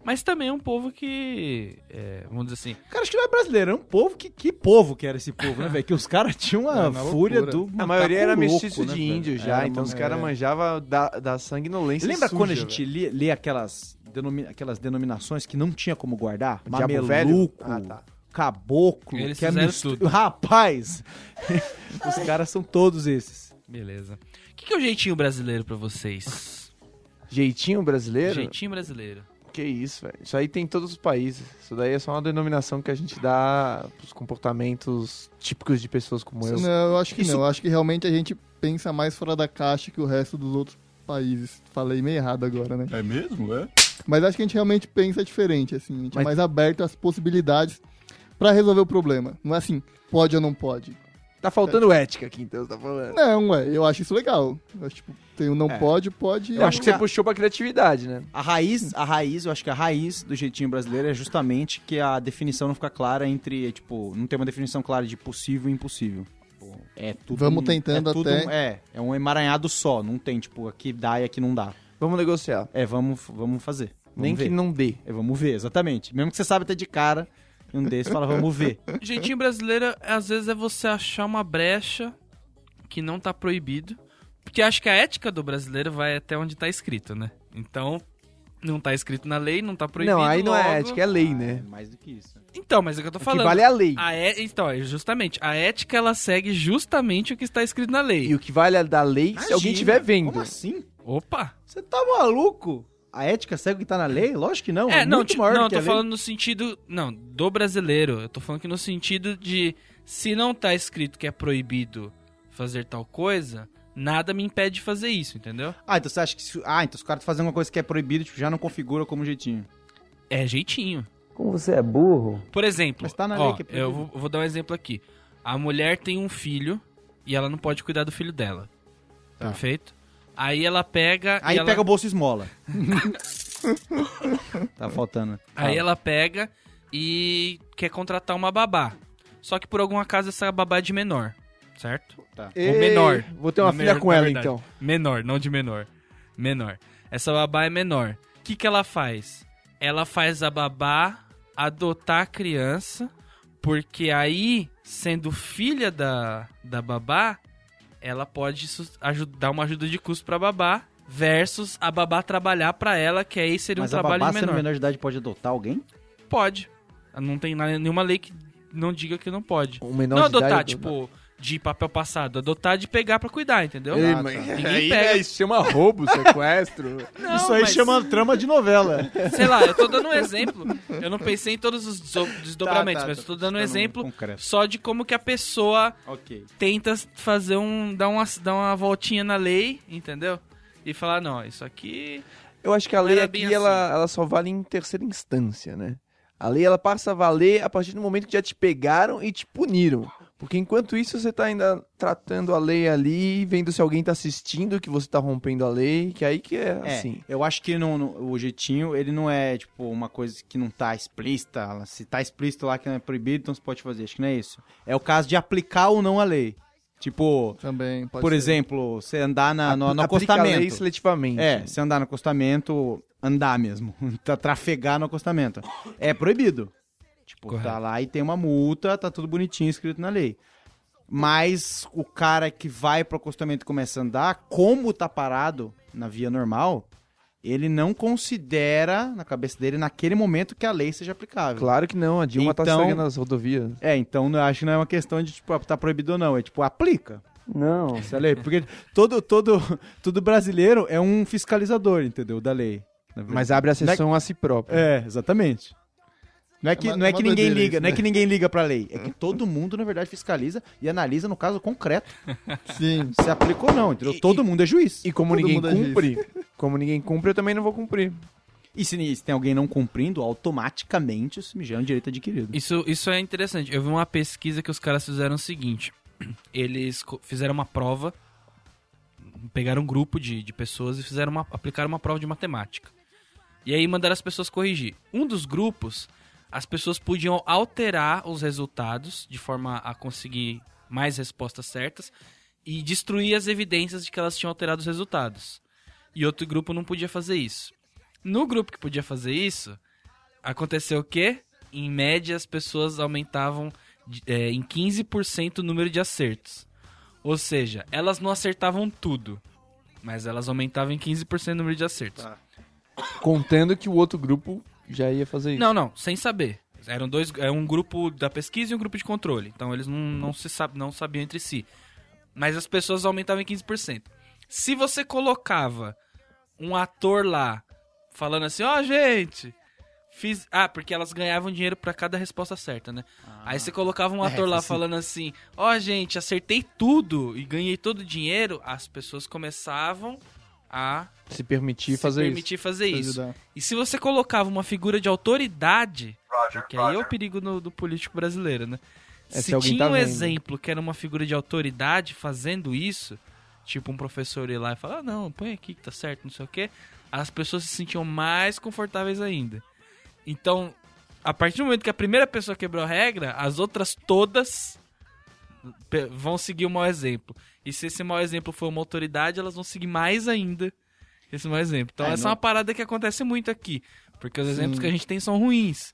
A: Mas também é um povo que. é, vamos dizer assim.
C: Cara, acho que não é brasileiro, é um povo que. Que povo que era esse povo, né, velho? Que os caras tinham uma
D: É, uma
C: fúria
D: loucura.
C: do.
B: A maioria era
C: macaco
B: mestiço
C: tá louco,
B: de
C: né,
B: índio
C: velho?
B: já,
C: Era
B: então os
C: uma-
B: caras manjavam da, da sanguinolência.
C: Lembra
B: suja,
C: quando a gente
B: velho.
C: lê, lê aquelas, denomi- aquelas denominações que não tinha como guardar?
B: Diabo
C: Mameluco,
B: velho? Ah, tá.
C: caboclo,
A: Eles
C: que é
A: fizeram
C: mistu-
A: tudo.
C: Rapaz, os caras são todos esses.
A: Beleza. O que, que é o jeitinho brasileiro pra vocês?
B: Jeitinho brasileiro?
A: Jeitinho brasileiro.
B: Que isso, velho. Isso aí tem em todos os países. Isso daí é só uma denominação que a gente dá pros comportamentos típicos de pessoas como
C: é
B: eu.
D: Não, eu acho que
B: Isso-
D: não. Eu acho que realmente a gente pensa mais fora da caixa que o resto dos outros países. Falei meio errado agora, né?
G: É mesmo, é?
D: Mas acho que a gente realmente pensa diferente, assim. A gente
B: Mas-
D: é mais aberto às possibilidades pra resolver o problema. Não é assim, pode ou não pode.
B: Tá faltando ética aqui, então, você tá falando.
D: Não, ué, eu acho isso legal. Eu acho, tipo, tem o não
C: É.
D: pode, pode.
B: Eu acho que você puxou pra criatividade, né?
C: A raiz, a raiz, eu acho que a raiz do jeitinho brasileiro é justamente que a definição não fica clara entre, tipo, não tem uma definição clara de possível e impossível. Tipo, É tudo
D: Vamos
C: um-
D: tentando
C: é tudo
D: até-
C: um- é, é um emaranhado só, não tem, tipo, aqui dá e aqui não dá.
B: Vamos negociar.
C: É, vamos, vamos fazer. Vamos
B: Nem
C: ver.
B: que não dê.
C: É, vamos ver, exatamente. Mesmo que você sabe até de cara, um desses fala, vamos ver.
A: Jeitinho brasileiro, às vezes, é você achar uma brecha que não tá proibido. Porque acho que a ética do brasileiro vai até onde tá escrito, né? Então, não tá escrito na lei, não tá proibido.
B: não, aí não é
A: logo-
B: ética, é lei, né?
C: mais do que isso.
A: Então, mas é o que eu tô
B: O que
A: falando.
B: vale é a lei.
A: A é- Então, é justamente, a ética ela segue justamente o que está escrito na lei.
B: E o que vale é da lei se alguém estiver vendo.
C: Como assim?
A: Opa!
C: Você tá maluco? A ética segue o que tá na lei? Lógico que não.
A: É, não,
C: muito
A: ti-
C: maior
A: não,
C: do
A: eu
C: que
A: tô
C: a lei.
A: falando no sentido. Não, do brasileiro. Eu tô falando que no sentido de se não tá escrito que é proibido fazer tal coisa, nada me impede de fazer isso, entendeu?
C: Ah, então você acha que. se- Ah, então os caras estão fazendo uma coisa que é proibida, tipo, já não configura como jeitinho.
A: É jeitinho.
H: Como você é burro.
A: Por exemplo,
C: Mas tá na
A: ó,
C: lei que é proibido.
A: eu vou, eu vou dar um exemplo aqui. A mulher tem um filho e ela não pode cuidar do filho dela. Perfeito? Aí ela pega.
C: Tá. Aí
A: e ela-
C: pega o bolso e esmola. tá faltando. né?
A: Aí
C: Fala.
A: ela pega e quer contratar uma babá. Só que por algum acaso essa babá é de menor, certo?
C: Tá.
A: Ou menor.
B: É, Vou ter uma
A: Na
B: filha
A: mer-
B: com
A: na
B: ela,
A: verdade.
B: então.
A: Menor, não de menor. Menor. Essa babá é menor. O que, que ela faz? Ela faz a babá adotar a criança, porque aí, sendo filha da, da babá, ela pode sus- aju- dar uma ajuda de custo pra babá, versus a babá trabalhar pra ela, que aí seria
C: Mas
A: um
C: a
A: trabalho
C: babá,
A: de
C: sendo
A: menor.
C: menor de idade, pode adotar alguém?
A: Pode. Não tem na- nenhuma lei que não diga que não pode.
B: Um menor
A: não
B: de idade,
A: adotar,
B: eu dou-
A: tipo, de papel passado, adotar de pegar pra cuidar, entendeu?
C: É,
G: Ei,
A: Ah,
G: mãe,
A: Ninguém
G: aí
A: pega.
G: né, isso chama roubo, sequestro.
A: Não,
H: Isso aí
A: mas,
H: chama trama de novela.
A: Sei lá, eu tô dando um exemplo. Eu não pensei em todos os deso- desdobramentos,
C: tá,
A: mas
C: tá,
A: eu tô dando um
C: tá no
A: exemplo
C: concreto.
A: só de como que a pessoa
C: Ok.
A: tenta fazer um. dar uma, dar uma voltinha na lei, entendeu? E falar, não, isso aqui.
B: Eu acho que a
A: Não
B: lei
A: era bem assim.
B: aqui, ela, ela só vale em terceira instância, né? A lei, ela passa a valer a partir do momento que já te pegaram e te puniram. Porque enquanto isso, você tá ainda tratando a lei ali, vendo se alguém tá assistindo que você tá rompendo a lei, que aí que é,
C: É,
B: assim.
C: eu acho que não- não- o jeitinho, ele não é, tipo, uma coisa que não tá explícita. Se tá explícito lá que não é proibido, então você pode fazer. Acho que não é isso. É o caso de aplicar ou não a lei. Tipo,
D: Também, pode
C: por
D: ser.
C: exemplo, você andar na, Ah, no, no
B: Aplica a lei
C: acostamento.
B: seletivamente.
C: É, se andar no acostamento, andar mesmo. Tra- Trafegar no acostamento. É proibido. Tipo, tá
A: Correto.
C: lá e tem uma multa, tá tudo bonitinho escrito na lei. Mas o cara que vai pro acostamento e começa a andar, como tá parado na via normal, ele não considera na cabeça dele, naquele momento, que a lei seja aplicável.
B: Claro que não, a Dilma tá
C: Então-
B: cega nas rodovias.
C: É, então eu acho que não é uma questão de, tipo, ah, tá proibido ou não. É tipo, aplica.
B: Não.
C: Essa lei, porque todo, todo, todo brasileiro é um fiscalizador, entendeu? Da lei. na verdade.
B: Mas abre a sessão a si próprio.
C: É, exatamente. Não é que,
D: uma-
C: não é
D: é uma
C: que ninguém
D: doideira
C: liga,
D: isso,
C: não é
D: né?
C: que ninguém liga pra lei. É que todo mundo, na verdade, fiscaliza e analisa no caso concreto
D: Sim.
B: É
C: se aplicou ou não, entendeu? todo mundo é juiz.
B: E como
D: Todo
B: ninguém
D: mundo é juiz.
B: cumpre, como ninguém cumpre, eu também não vou cumprir.
C: E se, se tem alguém não cumprindo, automaticamente isso me gera um direito adquirido.
A: Isso, isso é interessante. Eu vi uma pesquisa que os caras fizeram o seguinte: eles co- fizeram uma prova, pegaram um grupo de, de pessoas e fizeram uma, aplicaram uma prova de matemática. E aí mandaram as pessoas corrigir. Um dos grupos, as pessoas podiam alterar os resultados de forma a conseguir mais respostas certas e destruir as evidências de que elas tinham alterado os resultados. E outro grupo não podia fazer isso. No grupo que podia fazer isso, aconteceu o quê? Em média, as pessoas aumentavam de- é, em 15% o número de acertos. Ou seja, elas não acertavam tudo, mas elas aumentavam em 15% o número de acertos.
B: Contando que o outro grupo já ia fazer isso.
A: Não, não, sem saber. Eram dois, é um grupo da pesquisa e um grupo de controle. Então eles não, não se sab, não sabiam entre si. Mas as pessoas aumentavam em 15%. Se você colocava um ator lá falando assim, ó, gente, fiz, ah, porque elas ganhavam dinheiro pra cada resposta certa, né?
D: Ah,
A: Aí você colocava
B: Ah,
A: um ator lá falando assim, ó, gente, acertei tudo e ganhei todo o dinheiro, as pessoas começavam a
B: Se permitir
A: se
B: fazer isso.
A: permitir fazer
D: pra
A: isso.
D: ajudar.
A: E se você colocava uma figura de autoridade, porque aí é o perigo no- do político brasileiro, né?
B: É, se
A: se
B: alguém
A: tinha
B: tá
A: um
B: vendo.
A: exemplo que era uma figura de autoridade fazendo isso, tipo um professor ir lá e falar, ah, não, põe aqui que tá certo, não sei o quê, as pessoas se sentiam mais confortáveis ainda. Então, a partir do momento que a primeira pessoa quebrou a regra, as outras todas pe- vão seguir o mau exemplo. E se esse mau exemplo for uma autoridade, elas vão seguir mais ainda esse mau exemplo. Então,
C: É,
A: essa
C: não-
A: é uma parada que acontece muito aqui. Porque os exemplos que a gente tem são ruins.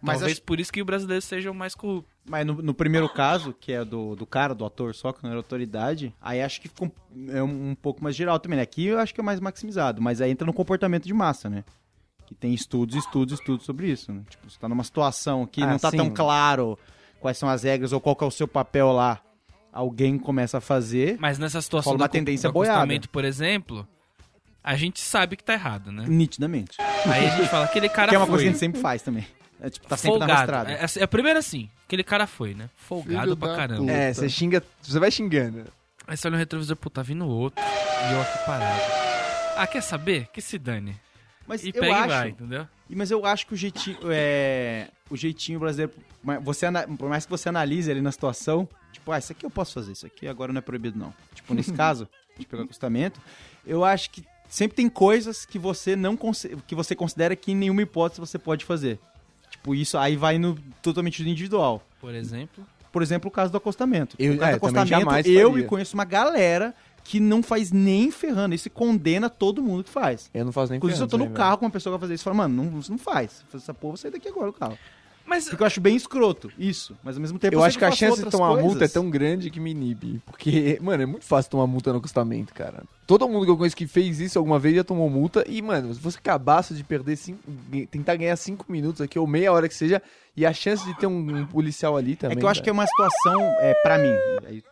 C: Mas
A: Talvez
C: acho-
A: por isso que o brasileiro seja o mais corrupto.
C: Mas no, no primeiro caso, que é do, do cara, do ator só, que não era autoridade, aí acho que ficou um- é um, um pouco mais geral também. né? Aqui eu acho que é mais maximizado, mas aí entra no comportamento de massa, né? Que tem estudos, estudos, estudos sobre isso, né? Tipo, você tá numa situação que
B: Ah,
C: não tá
B: sim.
C: tão claro quais são as regras ou qual que é o seu papel lá. Alguém começa a fazer
A: Mas nessa situação
C: Rola
A: do
C: uma
A: acu-
C: tendência
A: do
C: boiada.
A: acostamento, por exemplo, a gente sabe que tá errado, né?
C: nitidamente.
A: Aí a gente fala, aquele cara
C: que é uma
A: foi.
C: coisa que a gente sempre faz também. É, tipo, tá sempre na
A: folgado.
C: estrada.
A: É, assim, é, primeiro assim, aquele cara foi, né? Folgado
D: Filho
A: pra
D: da
A: caramba.
D: puta.
B: É, você xinga, você vai xingando.
A: Aí você olha no retrovisor, pô, tá vindo outro. E eu aqui parado. Ah, quer saber? Que se dane.
C: Mas
A: E
C: eu
A: pega
C: acho
A: e vai, entendeu?
C: E- Mas eu acho que o jeitinho, é, o jeitinho brasileiro, mas você, ana- por mais que você analise ali na situação, tipo, ah, isso aqui eu posso fazer, isso aqui agora não é proibido não. Tipo, nesse caso, de pegar acostamento, eu acho que sempre tem coisas que você não conse- que você considera que em nenhuma hipótese você pode fazer. Tipo, isso aí vai no totalmente do individual.
A: Por exemplo.
C: Por exemplo, o caso do acostamento.
B: Eu-
C: o caso
B: é,
C: do
B: eu também jamais
C: acostamento, eu
B: faria.
C: e conheço uma galera que não faz nem ferrando, isso e condena todo mundo que faz.
B: Eu não faço nem
C: Inclusive, se eu tô
B: ferrando,
C: no
B: né,
C: carro com uma pessoa que vai fazer isso, fala, mano, não, você não faz. Você faz essa porra, eu vou sair daqui agora do carro.
A: Mas
C: Porque eu acho bem escroto, isso. Mas ao mesmo tempo
B: Eu
C: sei
B: acho que a
C: faço
B: chance de
C: outras
B: tomar
C: coisas.
B: multa é tão grande que me inibe. Porque, mano, é muito fácil tomar multa no acostamento, cara. Todo mundo que eu conheço que fez isso alguma vez já tomou multa. E, mano, se você acabasse de perder cinco. gue- Tentar ganhar cinco minutos aqui, ou meia hora que seja, e a chance de ter um, um policial ali
C: É
B: também.
C: que eu acho que é uma situação, é, para mim, aí,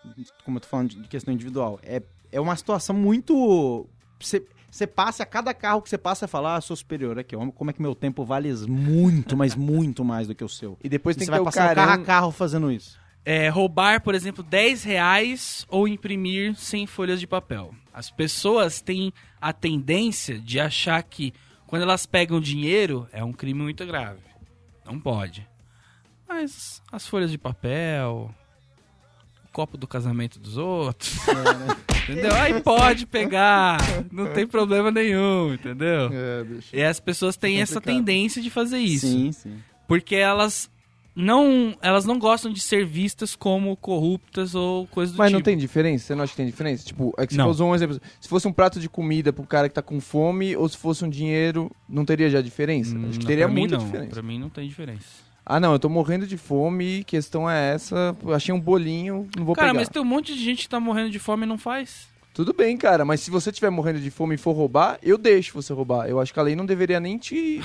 C: como eu tô falando de de questão individual, é, é uma situação muito. Você você passa, a cada carro que você passa, você fala, ah, sou superior aqui, ó, como é que meu tempo vale muito, mas muito mais do que o seu.
B: E depois
C: E
B: tem que
C: você vai
B: ter o
C: passando carro a
B: carão.
C: carro fazendo isso.
A: é, roubar, por exemplo, 10 reais ou imprimir 100 folhas de papel. As pessoas têm a tendência de achar que quando elas pegam dinheiro é um crime muito grave. Não pode. Mas as folhas de papel, o copo do casamento dos outros,
D: É, né?
A: entendeu? Aí pode pegar, não tem problema nenhum, entendeu?
D: É, bicho.
A: E as pessoas têm essa
D: Complicado.
A: tendência de fazer isso
C: Sim, sim.
A: porque elas não elas não gostam de ser vistas como corruptas ou coisa do
B: Mas
A: tipo.
B: não tem diferença? Você não acha que tem diferença? Tipo, é que você
A: Não.
B: usou um exemplo. Se fosse um prato de comida pro cara que tá com fome, ou se fosse um dinheiro, não teria já diferença?
A: Hum,
B: acho que
A: não,
B: teria
A: pra mim
B: muita
A: não.
B: diferença.
A: Pra mim não tem diferença.
B: Ah, não, eu tô morrendo de fome, questão é essa. Achei um bolinho, não vou
A: Cara,
B: pegar.
A: mas tem um monte de gente que tá morrendo de fome e não faz.
B: Tudo bem, cara, mas se você estiver morrendo de fome e for roubar, eu deixo você roubar. Eu acho que a lei não deveria nem te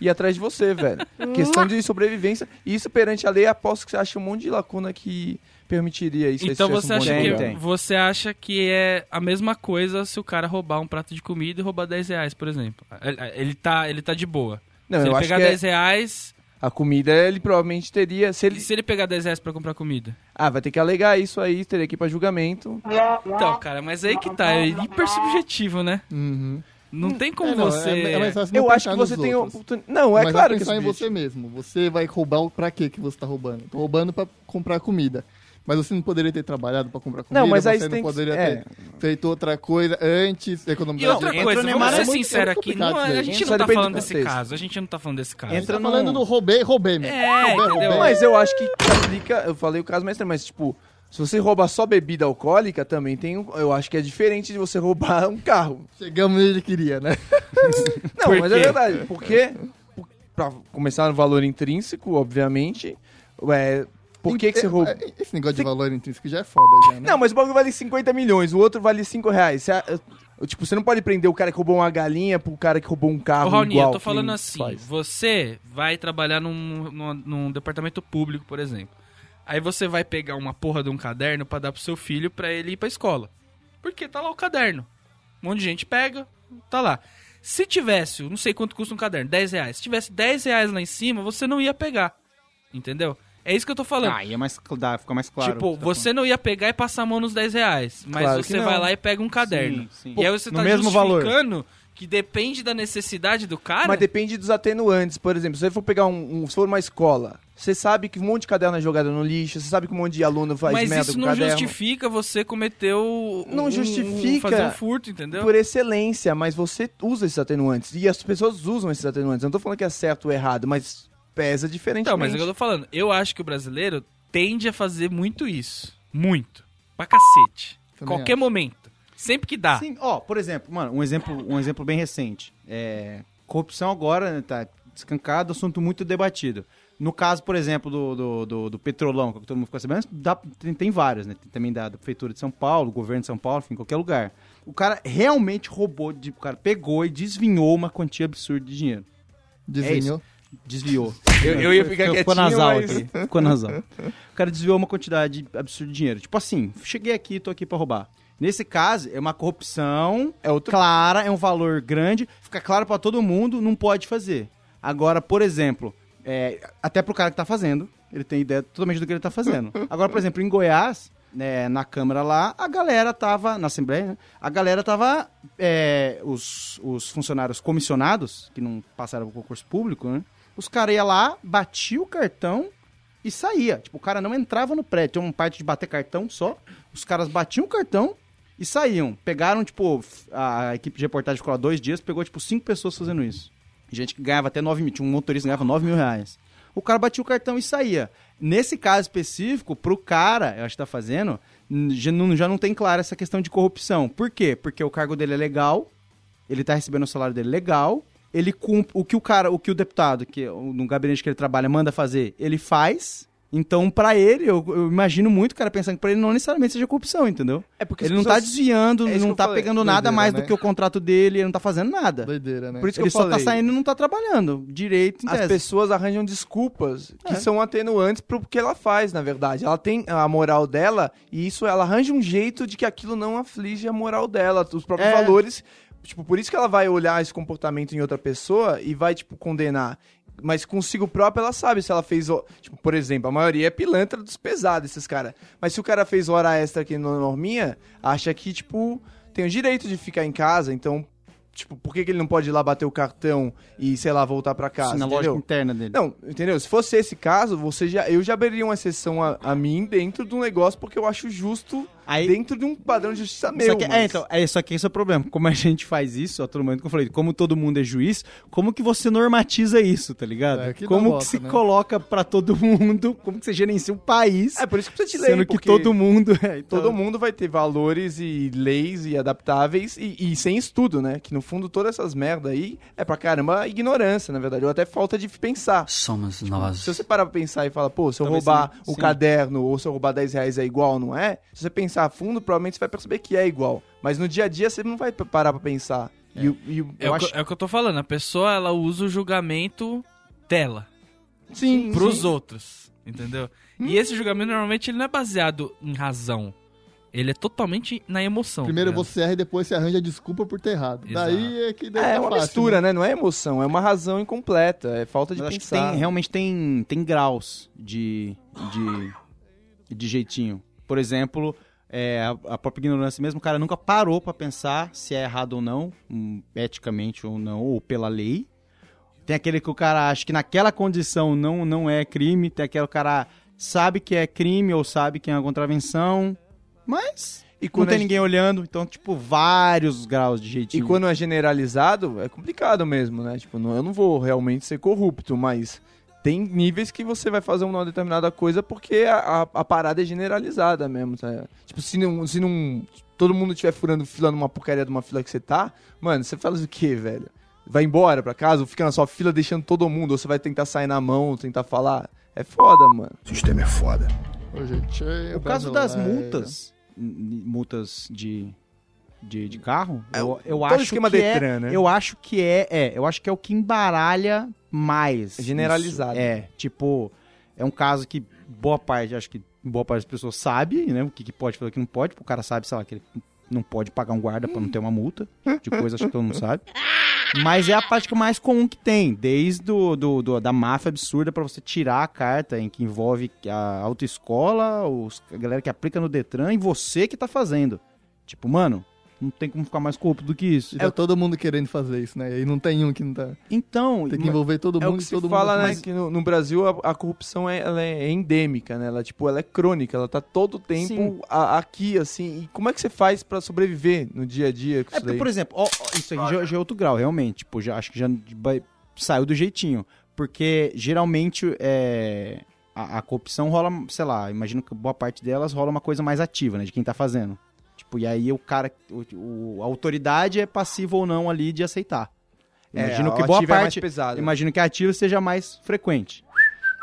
B: ir atrás de você, velho. Questão de sobrevivência. E isso perante a lei, aposto que você acha um monte de lacuna que permitiria isso. se
A: então
B: tivesse
A: você
B: um bom
A: acha
C: monte de
A: que
B: lugar.
C: lugar.
A: você acha que é a mesma coisa se o cara roubar um prato de comida e roubar 10 reais, por exemplo. Ele, ele tá ele tá de boa.
B: Não,
A: se
B: eu
A: ele
B: acho que
A: pegar
B: é-
A: 10 reais,
B: a comida ele provavelmente teria. Se
A: e
B: ele...
A: se ele pegar 10 reais pra comprar comida.
B: Ah, vai ter que alegar isso aí, teria que ir pra julgamento.
A: Então, cara, mas aí que tá, é hiper subjetivo, né?
D: Uhum.
A: Não tem como
D: É, não,
A: você
D: é- é mais fácil não
B: Eu acho que
D: pensar
B: você
D: nos
B: tem
D: outros.
B: oportunidade. Não, é
D: Mas
B: claro
D: vai
B: que
D: pensar em
B: esse bicho-
D: você mesmo. Você vai roubar o- pra quê que você tá roubando? Tô roubando pra comprar comida. Mas você não poderia ter trabalhado pra comprar comida,
B: mas aí
D: você
B: você
D: não
B: tem que-
D: poderia
B: é.
D: ter feito outra coisa antes,
A: E
D: economizar
A: outra
D: dinheiro.
C: entra
A: coisa,
C: no
A: vamos
C: Neymar,
A: ser
C: é muito-
A: sincero
D: é muito
A: aqui, não-
D: complicado
A: a
D: isso
A: gente
B: daí.
A: não
B: Só
A: tá
B: depende
A: falando
B: do
A: desse
B: contexto.
A: caso, a gente não tá falando desse caso.
C: Entra
D: Tá
C: no-
D: falando do roubei, roubei mesmo.
A: É,
D: roubei,
A: entendeu?
D: roubei.
B: Mas eu acho que aplica. Eu falei o caso mais extremo, mas tipo, se você rouba só bebida alcoólica, também tem. um- Eu acho que é diferente de você roubar um carro.
D: Chegamos onde ele queria, né?
B: Não,
A: Por
B: mas
A: quê?
B: é verdade. Porque, por- pra começar no valor intrínseco, obviamente, é, por que, que você rouba?
D: É, Esse negócio de valor intrínseco já é foda, já, né?
B: Não, mas o bagulho vale 50 milhões, o outro vale 5 reais. Você, ah, eu- tipo, você não pode prender o cara que roubou uma galinha pro cara que roubou um carro
A: Ô, Raoni,
B: igual.
A: eu tô
B: que
A: falando
B: nem
A: assim,
B: faz.
A: você vai trabalhar num, num, num departamento público, por exemplo. Aí você vai pegar uma porra de um caderno pra dar pro seu filho pra ele ir pra escola. Porque tá lá o caderno. Um monte de gente pega, tá lá. Se tivesse, eu não sei quanto custa um caderno, 10 reais. Se tivesse 10 reais lá em cima, você não ia pegar. Entendeu? É isso que eu tô falando.
C: Ah, aí é mais, cl- dá, fica mais claro.
A: tipo,
C: o que tá
A: você não ia pegar e passar a mão nos 10 reais. Mas
B: Claro que
A: você
B: não.
A: vai lá e pega um caderno.
C: Sim, sim.
A: E aí você
C: No
A: tá
C: mesmo valor.
A: justificando que depende da necessidade do cara.
B: Mas depende dos atenuantes. Por exemplo, se você for pegar um, um- se for uma escola, você sabe que um monte de caderno é jogado no lixo, você sabe que um monte de aluno faz
A: Mas
B: merda
A: isso
B: com
A: não
B: caderno.
A: justifica você cometer o.
B: Não
A: um- um-
B: justifica
A: fazer um furto, entendeu?
B: Por excelência, mas você usa esses atenuantes. E as pessoas usam esses atenuantes. Eu não tô falando que é certo ou errado, mas pesa diferente.
A: Então, mas é o que eu tô falando. Eu acho que o brasileiro tende a fazer muito isso. Muito. Pra cacete.
D: Também
A: Qualquer
D: acho.
A: momento. Sempre que dá.
C: Sim, ó, por exemplo, mano, um exemplo, um exemplo bem recente. É, corrupção agora né, tá escancado, assunto muito debatido. No caso, por exemplo, do, do, do, do petrolão, que todo mundo ficou sabendo, dá- tem, tem vários, né? Tem também da, da Prefeitura de São Paulo, governo de São Paulo, enfim, qualquer lugar. O cara realmente roubou, de- o cara pegou e desvinhou uma quantia absurda de dinheiro.
D: Desenhou.
C: Desviou.
B: Eu, eu ia ficar quietinho,
C: Ficou nasal
B: mas...
C: aqui. Ficou nasal. O cara desviou uma quantidade absurda de dinheiro. Tipo assim, cheguei aqui, tô aqui pra roubar. Nesse caso, é uma corrupção
B: É outro...
C: clara, é um valor grande, fica claro pra todo mundo, não pode fazer. Agora, por exemplo, é, até pro cara que tá fazendo, ele tem ideia totalmente do que ele tá fazendo. Agora, por exemplo, em Goiás, né, na Câmara lá, a galera tava, na Assembleia, né, a galera tava, é, os, os funcionários comissionados, que não passaram pro concurso público, né, os caras iam lá, batia o cartão e saía. Tipo, o cara não entrava no prédio, tinha uma parte de bater cartão só, os caras batiam o cartão e saíam. Pegaram, tipo, f- a equipe de reportagem ficou lá dois dias, pegou, tipo, cinco pessoas fazendo isso. Gente que ganhava até 9 mil, tinha um motorista que ganhava 9 mil reais. O cara batia o cartão e saía. Nesse caso específico, pro cara, eu acho que tá fazendo, n- já não, já não tem clara essa questão de corrupção. Por quê? Porque o cargo dele é legal, ele tá recebendo o salário dele legal, ele cumpre o que o cara, o que o deputado, que o- no gabinete que ele trabalha, manda fazer, ele faz. Então, pra ele, eu, eu imagino muito o cara pensando que pra ele não necessariamente seja corrupção, entendeu?
B: É porque
C: ele não tá desviando,
B: É isso que
C: não
B: eu
C: tá
B: falei.
C: pegando nada
D: Doideira,
C: mais
D: né?
C: do que o contrato dele, ele não tá fazendo nada.
D: Doideira, né?
B: Por isso que
C: ele
B: eu
C: só tá
B: falei.
C: saindo e não tá trabalhando direito, em
B: As
C: tese.
B: pessoas arranjam desculpas que
C: É.
B: são atenuantes pro que ela faz, na verdade. Ela tem a moral dela e isso ela arranja um jeito de que aquilo não aflige a moral dela, os próprios
C: É.
B: valores. Tipo, por isso que ela vai olhar esse comportamento em outra pessoa e vai, tipo, condenar. Mas consigo própria, ela sabe se ela fez. o- Tipo, por exemplo, a maioria é pilantra dos pesados, esses caras. Mas se o cara fez hora extra aqui na norminha, acha que, tipo, tem o direito de ficar em casa, então. Tipo, por que, que ele não pode ir lá bater o cartão e, sei lá, voltar pra casa?
C: Sim, na
B: entendeu?
C: lógica interna dele.
B: Não, entendeu? Se fosse esse caso, você já, eu já abriria uma exceção a, a mim dentro de um negócio porque eu acho justo
C: Aí-
B: dentro de um padrão de justiça meu.
C: Só que,
B: mas-
C: É, então, é, só que esse é o problema. Como a gente faz isso, outro momento que eu falei, como todo mundo é juiz, como que você normatiza isso, tá ligado?
D: É, que
C: como
D: dá
C: que
D: bosta,
C: se
D: né?
C: coloca pra todo mundo, como que você gerencia o país,
B: É por isso que precisa de lei,
C: sendo que
B: porque
C: todo mundo... é, então-
B: todo mundo vai ter valores e leis e adaptáveis e, e sem estudo, né? Que no fundo todas essas merda aí é pra caramba ignorância, na verdade, ou até falta de pensar. Tipo,
H: Somos nós.
B: Se você parar pra pensar e falar, pô, se eu
C: Talvez
B: roubar
C: sim,
B: o
C: sim.
B: caderno ou se eu roubar 10 reais é igual, não é? Se você pensar a fundo, provavelmente você vai perceber que é igual. Mas no dia a dia você não vai parar pra pensar. E, o- e o-
A: É, o, que- é o que eu tô falando. A pessoa, ela usa o julgamento dela.
B: Sim,
A: pros outros, entendeu? E esse julgamento normalmente ele não é baseado em razão. Ele é totalmente na emoção.
D: Primeiro
B: é.
A: tá ligado?
D: você erra e depois você arranja desculpa por ter errado.
A: Exato.
D: Daí é que daí
B: É,
D: tá
B: uma
D: fácil,
B: mistura,
D: né?
B: né? Não é emoção, é uma razão incompleta, é falta de
C: Eu acho que
B: pensar.
C: tem, realmente tem, tem graus de, de, de jeitinho. Por exemplo, é, a- a própria ignorância mesmo, o cara nunca parou pra pensar se é errado ou não, hum, eticamente ou não, ou pela lei. Tem aquele que o cara acha que naquela condição não, não é crime, tem aquele que o cara sabe que é crime ou sabe que é uma contravenção, mas
B: E
C: não
B: quando,
C: tem
B: é,
C: ninguém olhando, então, tipo, vários graus de
B: e
C: jeitinho.
B: quando é generalizado, é complicado mesmo, né? Tipo, não, eu não vou realmente ser corrupto, mas tem níveis que você vai fazer uma determinada coisa porque a, a, a parada é generalizada mesmo, tá? Tipo, se não, se não todo mundo estiver furando fila numa porcaria de uma fila que você tá, mano, você faz o quê, velho? Vai embora pra casa ou fica na sua fila deixando todo mundo? Ou você vai tentar sair na mão, ou tentar falar? É foda, mano.
D: Ô, gente, é
C: O caso das
D: brasileiro.
C: multas, n- multas de, de, de carro,
B: É,
C: eu, eu
B: todo
C: acho
B: esquema
C: que é,
B: Detran, né?
C: eu acho que é, é, eu acho que é o que embaralha mais.
B: É generalizado.
C: isso. É, tipo, é um caso que boa parte, acho que boa parte das pessoas sabe, né, o que, que pode fazer, o que não pode, o cara sabe, sei lá, que ele não pode pagar um guarda pra não ter uma multa, de coisa acho que todo mundo sabe. Mas é a prática mais comum que tem, desde do, do- do- da máfia absurda pra você tirar a carta em que envolve a autoescola, os, a galera que aplica no Detran e você que tá fazendo. Tipo, mano, não tem como ficar mais corrupto do que isso.
D: E
B: é
D: tá todo mundo querendo fazer isso, né? E não tem um que não tá.
C: Então,
D: Tem que envolver todo
B: É o
D: mundo
B: que
D: e
B: se
D: todo
B: fala,
D: mundo.
B: né? Que no, no Brasil a, a corrupção é, ela é endêmica, né? Ela, tipo, ela é crônica, ela tá todo o tempo
C: Sim.
B: a- aqui, assim. E como é que você faz pra sobreviver no dia a dia com
C: É
B: isso
C: porque,
B: daí?
C: por exemplo, ó, ó, isso aí já, já é outro grau, realmente. Tipo, já, acho que já vai- saiu do jeitinho. Porque geralmente é, a, a corrupção rola, sei lá, imagino que boa parte delas rola uma coisa mais ativa, né? De quem tá fazendo. Tipo, e aí o cara. O, o- a autoridade é passiva ou não ali de aceitar. Imagino
B: a
C: que boa
B: ativa é mais
C: parte.
B: pesada.
C: Imagino que a ativa seja mais frequente.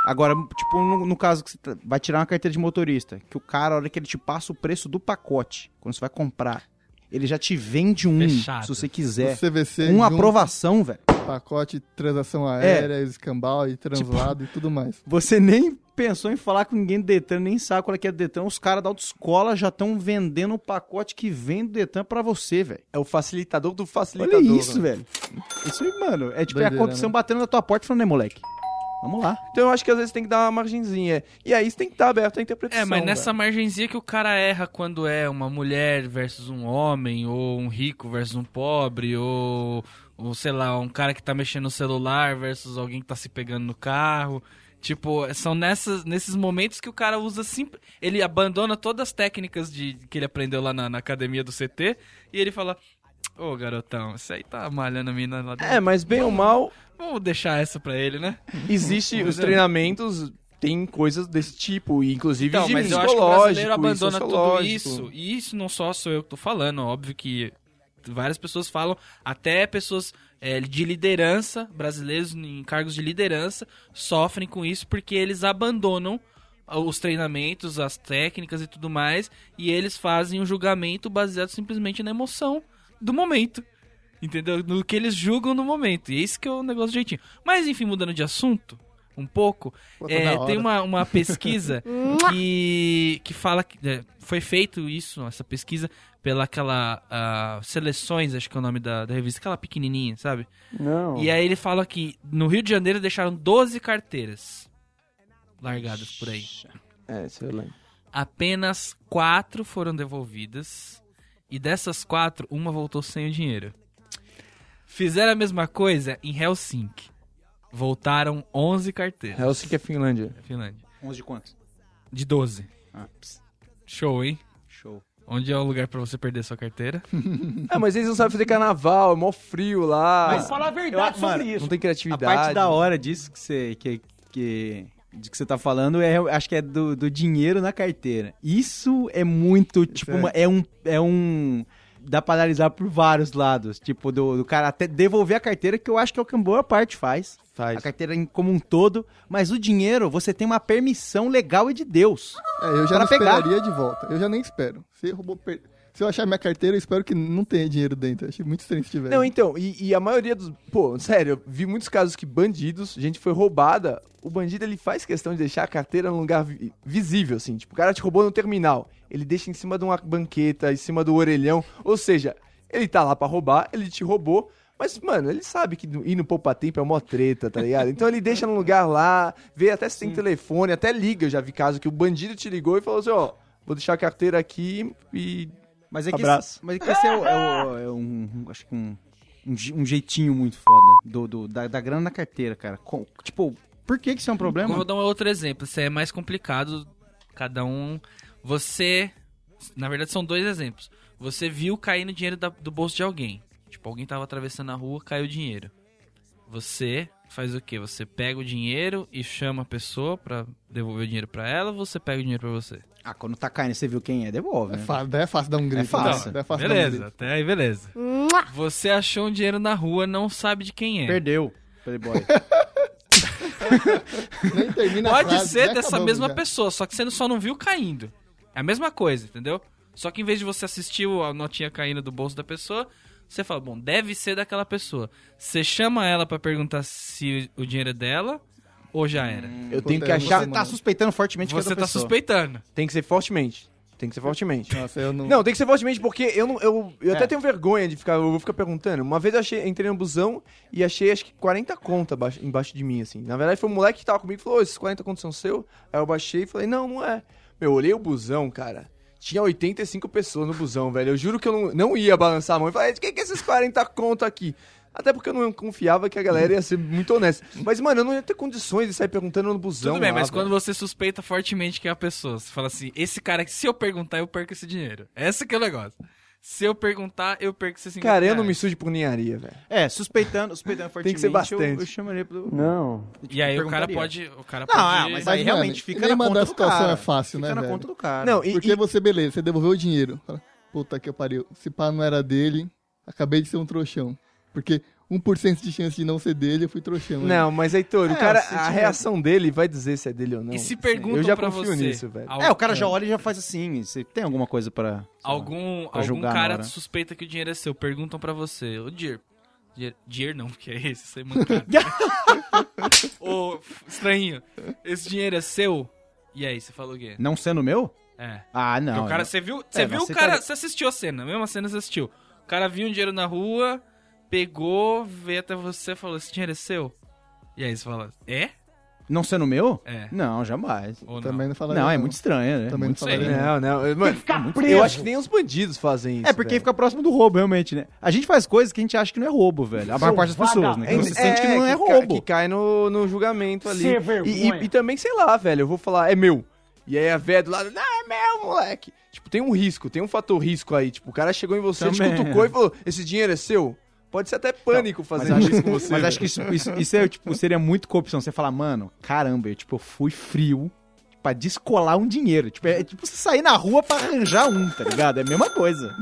C: Agora, tipo, no, no caso que você tá- vai tirar uma carteira de motorista, que o cara, a hora que ele te passa o preço do pacote, quando você vai comprar, ele já te vende um,
A: Fechado.
C: se você um-
D: O
C: quiser.
D: CVC,
C: Uma
D: junto,
C: aprovação, velho.
D: pacote, transação aérea,
C: É.
D: escambau
C: Tipo,
D: e translado e tudo mais.
C: Você nem pensou em falar com ninguém do Detran, nem sabe qual é que é do Detran. Os caras da autoescola já estão vendendo o pacote que vem do Detran pra você, velho.
B: É o facilitador do facilitador.
C: Olha isso,
B: né?
C: velho. Isso aí, mano. É tipo é a
D: Doideira,
C: corrupção
D: né?
C: batendo na tua porta e falando, né, moleque? Vamos lá.
B: Então eu acho que às vezes tem que dar uma margenzinha. é. E aí você tem que estar aberto à interpretação.
A: É, mas nessa
B: velho.
A: margenzinha que o cara erra quando é uma mulher versus um homem, ou um rico versus um pobre, ou, ou sei lá, um cara que tá mexendo no celular versus alguém que tá se pegando no carro. Tipo, são nessas, nesses momentos que o cara usa sempre. Ele abandona todas as técnicas de, que ele aprendeu lá na, na academia do CT e ele fala: Ô garotão, isso aí tá malhando a mina lá dentro.
B: É, mas bem ou mal,
A: Vamos deixar essa pra ele, né?
B: existe os treinamentos, tem coisas desse tipo, e inclusive
A: Então,
B: de
A: mas eu acho que o
B: psicológico
A: brasileiro
B: e
A: abandona tudo
B: sociológico.
A: isso. E isso não só sou eu que tô falando, é óbvio que Várias pessoas falam, até pessoas é, de liderança, brasileiros em cargos de liderança, sofrem com isso porque eles abandonam os treinamentos, as técnicas e tudo mais, e eles fazem um julgamento baseado simplesmente na emoção do momento. Entendeu? No que eles julgam no momento. E esse que é o negócio jeitinho. Mas enfim, mudando de assunto um pouco,
D: Pô, tá
A: é,
D: da hora.
A: tem uma, uma pesquisa que, que fala que é, foi feito isso, essa pesquisa, pela aquela ah, Seleções, acho que é o nome da, da revista, aquela pequenininha, sabe?
B: Não.
A: E aí ele fala que no Rio de Janeiro deixaram 12 carteiras largadas por aí.
B: É, isso eu lembro.
A: Apenas quatro foram devolvidas. E dessas quatro, uma voltou sem o dinheiro. Fizeram a mesma coisa em Helsinki. Voltaram 11 carteiras.
B: Helsinki é Finlândia.
A: Finlândia.
C: 11 de quantos?
A: De 12.
C: Ah, ps,
A: Show, hein?
C: show.
A: Onde é o lugar pra você perder sua carteira?
B: Ah, mas eles não sabem fazer carnaval, é mó frio lá.
C: Mas fala
B: a verdade sobre isso. Não tem
C: A
B: criatividade.
C: parte da hora disso que você, que, que, de que você tá falando é, acho que é do, do dinheiro na carteira. Isso é muito, tipo,
D: é.
C: uma- é um... É um Dá pra analisar por vários lados. Tipo, do, do cara até devolver a carteira, que eu acho que é o que a boa parte faz.
B: Faz.
C: A carteira em- como um todo. Mas o dinheiro, você tem uma permissão legal e de Deus.
D: É, eu já
C: Pra
D: não
C: pegar.
D: esperaria de volta. Eu já nem espero. Se roubou. per- Se eu achar minha carteira, eu espero que não tenha dinheiro dentro. Eu Achei muito estranho se tiver.
B: Não, então, e, e a maioria dos. Pô, sério, eu vi muitos casos que bandidos, gente foi roubada. O bandido ele faz questão de deixar a carteira num lugar vi- visível, assim. Tipo, o cara te roubou no terminal. Ele deixa em cima de uma banqueta, em cima do orelhão. Ou seja, ele tá lá pra roubar, ele te roubou. Mas, mano, ele sabe que no- ir no poupa-tempo é mó treta, tá ligado? Então ele deixa num lugar lá, vê até se tem telefone, até liga. Eu já vi caso que o bandido te ligou e falou assim: ó, vou deixar a carteira aqui e
C: Mas é que
B: Abraço.
C: Esse, mas é que esse é, o- é o- é um, um- Acho que um, um, je- um jeitinho muito foda do, do- da, da grana na carteira, cara. Com- tipo, por que que isso é um
A: Eu vou
C: problema?
A: dar um outro exemplo. Isso aí é mais complicado. Cada um. Você. Na verdade, são dois exemplos. Você viu caindo dinheiro da- do bolso de alguém. Tipo, alguém tava atravessando a rua, caiu dinheiro. Você faz o quê? Você pega o dinheiro e chama a pessoa pra devolver o dinheiro pra ela ou você pega o dinheiro pra você?
C: Ah, quando tá caindo, você viu quem é, devolve.
D: É
C: né?
D: fácil, daí é fácil dar um grito.
C: É fácil.
D: Daí é fácil dar um
A: beleza,
D: grito.
A: até aí beleza. Você achou um dinheiro na rua, não sabe de quem é.
C: Perdeu. Playboy.
D: Nem termina a
A: Pode
D: frase,
A: ser
D: já
A: dessa
D: acabamos
A: mesma
D: já.
A: pessoa, só que você só não viu caindo. É a mesma coisa, entendeu? Só que em vez de você assistir a notinha caindo do bolso da pessoa, você fala, bom, deve ser daquela pessoa. Você chama ela pra perguntar se o dinheiro é dela ou já era.
B: eu tenho que
D: acontece,
B: achar.
C: Hum, você tá suspeitando fortemente que
A: você
C: é
A: tá suspeitando.
B: Tem que ser fortemente. Tem que ser fortemente.
D: Nossa, eu não.
B: Não, tem que ser fortemente, porque eu não. Eu, eu
C: É.
B: até tenho vergonha de ficar. Eu vou ficar perguntando. Uma vez eu achei, entrei no busão e achei acho que 40 contas embaixo de mim, assim. Na verdade, foi um moleque que tava comigo e falou: "Ô, esses 40 contas são seu? Aí eu baixei e falei, não, não é. Meu, eu olhei o busão, cara. Tinha 85 pessoas no busão, velho. Eu juro que eu não, não ia balançar a mão e falei, quem que é esses 40 contas aqui? Até porque eu não confiava que a galera ia ser muito honesta. Mas, mano, eu não ia ter condições de sair perguntando no busão.
A: Tudo bem,
B: lá,
A: mas
B: velho.
A: quando você suspeita fortemente que é a pessoa, você fala assim, esse cara, que se eu perguntar, eu perco esse dinheiro. Esse que é o negócio. Se eu perguntar, eu perco esses 50
B: Cara, eu não me
A: reais.
B: sujo por ninharia, velho.
C: É, suspeitando, suspeitando
B: Tem
C: fortemente.
B: que ser
C: Eu,
B: bastante.
C: eu chamaria pro.
B: Não.
A: E aí o cara
C: perguntaria.
A: pode... O cara
C: Não,
A: pode...
C: ah, mas aí
D: Mas,
C: realmente
D: mano,
C: fica na
D: nenhuma
C: conta
D: das
C: do
D: situações
C: cara.
D: é fácil,
C: fica
D: né,
C: na
D: velho?
C: conta do cara.
B: Não, e,
D: Porque
B: e-
D: você, beleza, você devolveu o dinheiro. Fala, Puta que eu pariu. Se pá não era dele, acabei de ser um trouxão. Porque 1% de chance de não ser dele, eu fui trouxão. né?
B: Não, mas Heitor,
C: É,
B: o cara,
C: o
B: a
C: sentimento.
B: reação dele vai dizer se é dele ou não.
A: E se
B: Eu
A: perguntam
B: já
A: pra
B: confio
A: você...
B: nisso, velho.
A: al-
C: É, o cara já olha e já faz assim. Você tem alguma coisa pra. sei lá.
A: Algum,
C: pra
A: algum
C: julgar na
A: cara
C: hora.
A: suspeita que o dinheiro é seu, perguntam pra você, ô Dier. Dier, Dier não, porque é esse, você mancado. Ô, f- estranho, esse dinheiro é seu? E aí, você falou o quê?
C: Não sendo meu?
A: É.
C: Ah,
A: Porque
C: não.
A: o cara,
C: eu-
A: você viu, você
C: É,
A: viu
C: não
A: o cara,
C: aceitaria.
A: você assistiu a cena, a mesma cena você assistiu. O cara viu um dinheiro na rua, pegou, veio até você e falou, esse dinheiro é seu? E aí você fala, é?
C: Não sendo meu?
A: É.
C: Não, jamais.
A: Ou não?
D: Também não falaria.
C: Não, é muito estranho, né?
D: Também
C: Muito
D: não
A: estranho.
D: falaria. não.
B: Não, não. eu- Mano, eu acho que nem os bandidos fazem isso.
C: É porque
B: velho.
C: fica próximo do roubo, realmente, né? A gente faz coisas que a gente acha que não é roubo, velho. A maior parte das pessoas, né? Que você sente que não é
B: que ca-
C: roubo. é
B: Que cai no, no julgamento ali. E, e- e também, sei lá, velho, eu vou falar, é meu. E aí a véia do lado, não, é meu, moleque. Tipo, tem um risco, tem um fator risco aí. Tipo, o cara chegou em você,
C: Também. Então,
B: te cutucou e falou, esse dinheiro é seu? Pode ser até pânico fazer
C: acho-
B: isso com você.
C: Mas
B: velho.
C: acho que isso, isso, isso é, tipo, seria muito corrupção. Você falar, mano, caramba, eu, tipo, eu fui frio. pra descolar um dinheiro. Tipo, é tipo você sair na rua pra arranjar um, tá ligado? É a mesma coisa.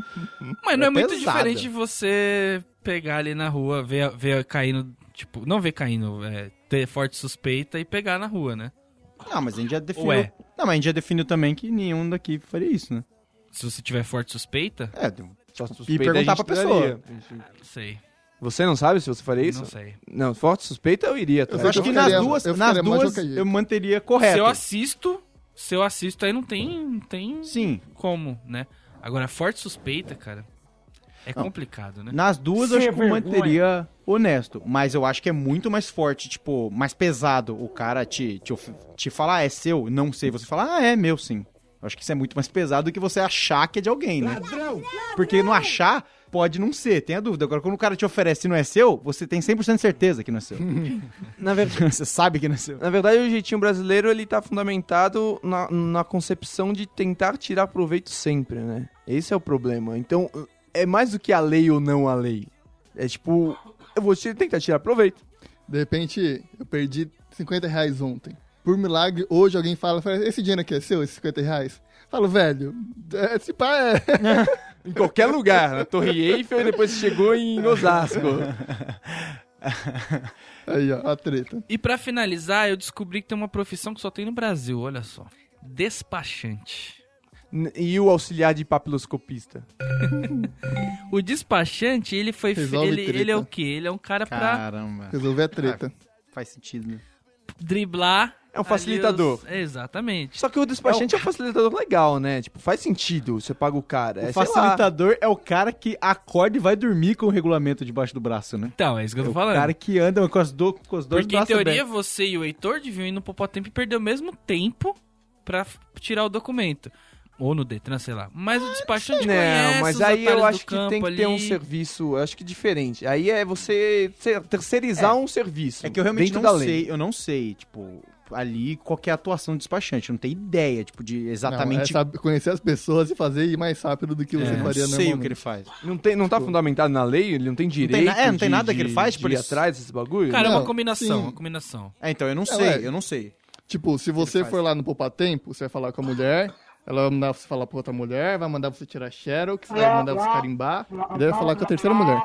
A: Mas não é,
C: É
A: muito
C: pesado.
A: diferente você pegar ali na rua, ver, ver caindo, tipo, não ver caindo, é, ter forte suspeita e pegar na rua, né?
C: Não, mas a gente já definiu.
A: Ué.
C: Não, mas a gente já definiu também que nenhum daqui faria isso, né?
A: Se você tiver forte suspeita,
C: É,
D: um-
B: Só
C: E perguntar pra pessoa.
A: não sei,
B: Você não sabe se você faria isso?
A: não sei.
B: Não, forte suspeita eu iria.
D: Eu
B: atrás.
C: eu acho que nas
D: ficaria-
C: duas,
D: eu
C: nas
D: ficaria mais
C: duas
D: jocaído.
C: eu manteria correto.
A: Se eu assisto, se eu assisto aí não tem, não tem
C: Sim,
A: como, né? Agora, forte suspeita, cara, é complicado, né?
C: nas duas eu
A: Sem
C: acho que eu
A: vergonha.
C: manteria honesto. Mas eu acho que é muito mais forte, tipo, mais pesado o cara te, te, of- te falar, ah, é seu, não sei. Você falar, ah, é meu sim. Eu acho que isso é muito mais pesado do que você achar que é de alguém, né? Porque não achar pode não ser, tem a dúvida. Agora, quando o cara te oferece e não é seu, você tem 100% de certeza que não é seu.
B: Na, ver-
C: você sabe que não é seu.
B: na verdade, o jeitinho brasileiro ele tá fundamentado na, na concepção de tentar tirar proveito sempre, né? Esse é o problema. Então, é mais do que a lei ou não a lei. É tipo, eu vou te- tentar tirar proveito.
D: De repente, eu perdi 50 reais ontem. Por milagre, hoje alguém fala, fala, esse dinheiro aqui é seu, esses 50 reais? Falo, velho, é, se pá, é.
B: Em qualquer lugar, na Torre Eiffel e depois chegou em Osasco.
D: Aí, ó, a treta.
A: E pra finalizar, eu descobri que tem uma profissão que só tem no Brasil, olha só. Despachante.
B: N- E o auxiliar de papiloscopista.
A: O despachante, ele foi. fe-
D: Resolve
A: Ele,
D: treta.
A: ele é o quê? Ele é um cara pra
C: Caramba.
D: Resolver a treta.
C: Faz sentido, né?
A: driblar.
B: É um facilitador.
A: ali os- Exatamente.
B: Só que o despachante é um facilitador legal, né? Tipo, faz sentido você paga o cara.
C: O
B: é, sei lá.
C: facilitador é o cara que acorda e vai dormir com o regulamento debaixo do braço, né?
A: Então, é isso que eu tô
C: o
A: falando.
C: cara que anda com, as do, com os dois
A: Porque em
C: braços
A: teoria
C: abertos.
A: você e o Heitor deviam ir no Popotempo e perder o mesmo tempo pra f- tirar o documento. Ou no Detran, sei lá. Mas o despachante
B: Ah, Não,
A: conhece os
B: mas aí
A: atalhos
B: eu
A: do
B: acho que
A: campo
B: tem que ter um
A: ali.
B: serviço, eu acho que diferente. Aí é você ter- terceirizar um serviço.
C: É que eu realmente
B: dentro
C: não
B: da lei.
C: sei, eu não sei, tipo, ali qual que é a atuação do despachante, eu não tenho ideia, tipo, de
D: Não, é
C: exatamente
D: saber conhecer as pessoas e fazer ir mais rápido do que
C: É,
D: você
C: não
D: faria
C: sei o
D: normalmente.
C: que ele faz.
B: Não, tem, não tá fundamentado na lei, ele não tem direito.
C: na- é, Tipo não tem
B: de-
C: nada que ele
B: de-
C: faz,
B: de
C: por
B: ir
C: isso.
B: atrás desses bagulho?
A: Cara, é uma
D: Não,
A: combinação,
D: sim.
A: uma combinação.
C: É, então, eu não sei,
D: é.
C: eu não sei.
D: Tipo, se você
C: faz.
D: for lá no Poupa Tempo, você vai falar com a mulher, ela vai mandar você falar pra outra mulher, vai mandar você tirar xerox, vai mandar você carimbar, e daí vai falar com a terceira mulher.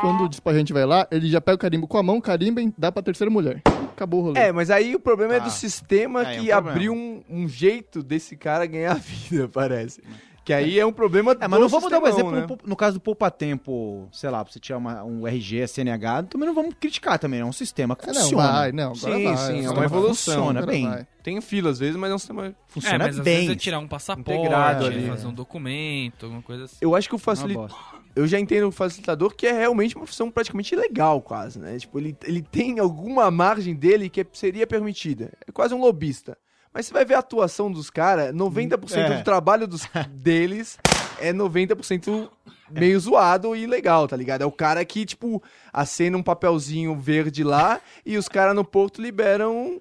D: Quando o despachante vai lá, ele já pega o carimbo com a mão, carimba e dá pra terceira mulher. Acabou o rolê.
B: É, mas aí o problema é
C: Tá.
B: do sistema
C: É, é um
B: que
C: problema.
B: abriu um, um jeito desse cara ganhar a vida, parece. Que aí é um problema
C: É, mas
B: do
C: não vamos dar um exemplo
B: sistemão, né?
C: no, pou- no caso do poupa-tempo, sei lá, pra você tirar uma- um RG, CNH, também não vamos criticar também, é um sistema que
D: Ah, não,
C: funciona.
D: vai, não, agora
B: Sim,
D: vai.
B: sim, é
D: o
B: uma
D: sistema
B: evolução,
D: funciona,
C: né, bem.
D: vai.
B: Tem fila às vezes, mas é um sistema...
A: É,
C: Funciona
A: mas às vezes
C: bem.
A: é tirar um passaporte,
B: Integrado ali,
A: fazer um documento, alguma coisa assim.
B: Eu acho que o
C: É uma
B: facilitador...
C: bosta.
B: Eu já entendo o facilitador que é realmente uma função praticamente legal, quase, né? Tipo, ele, ele tem alguma margem dele que seria permitida. É quase um lobista. Mas você vai ver a atuação dos caras, 90%
C: É.
B: do trabalho dos, deles é 90% meio zoado e legal, tá ligado? É o cara que, tipo, acena um papelzinho verde lá e os caras no porto liberam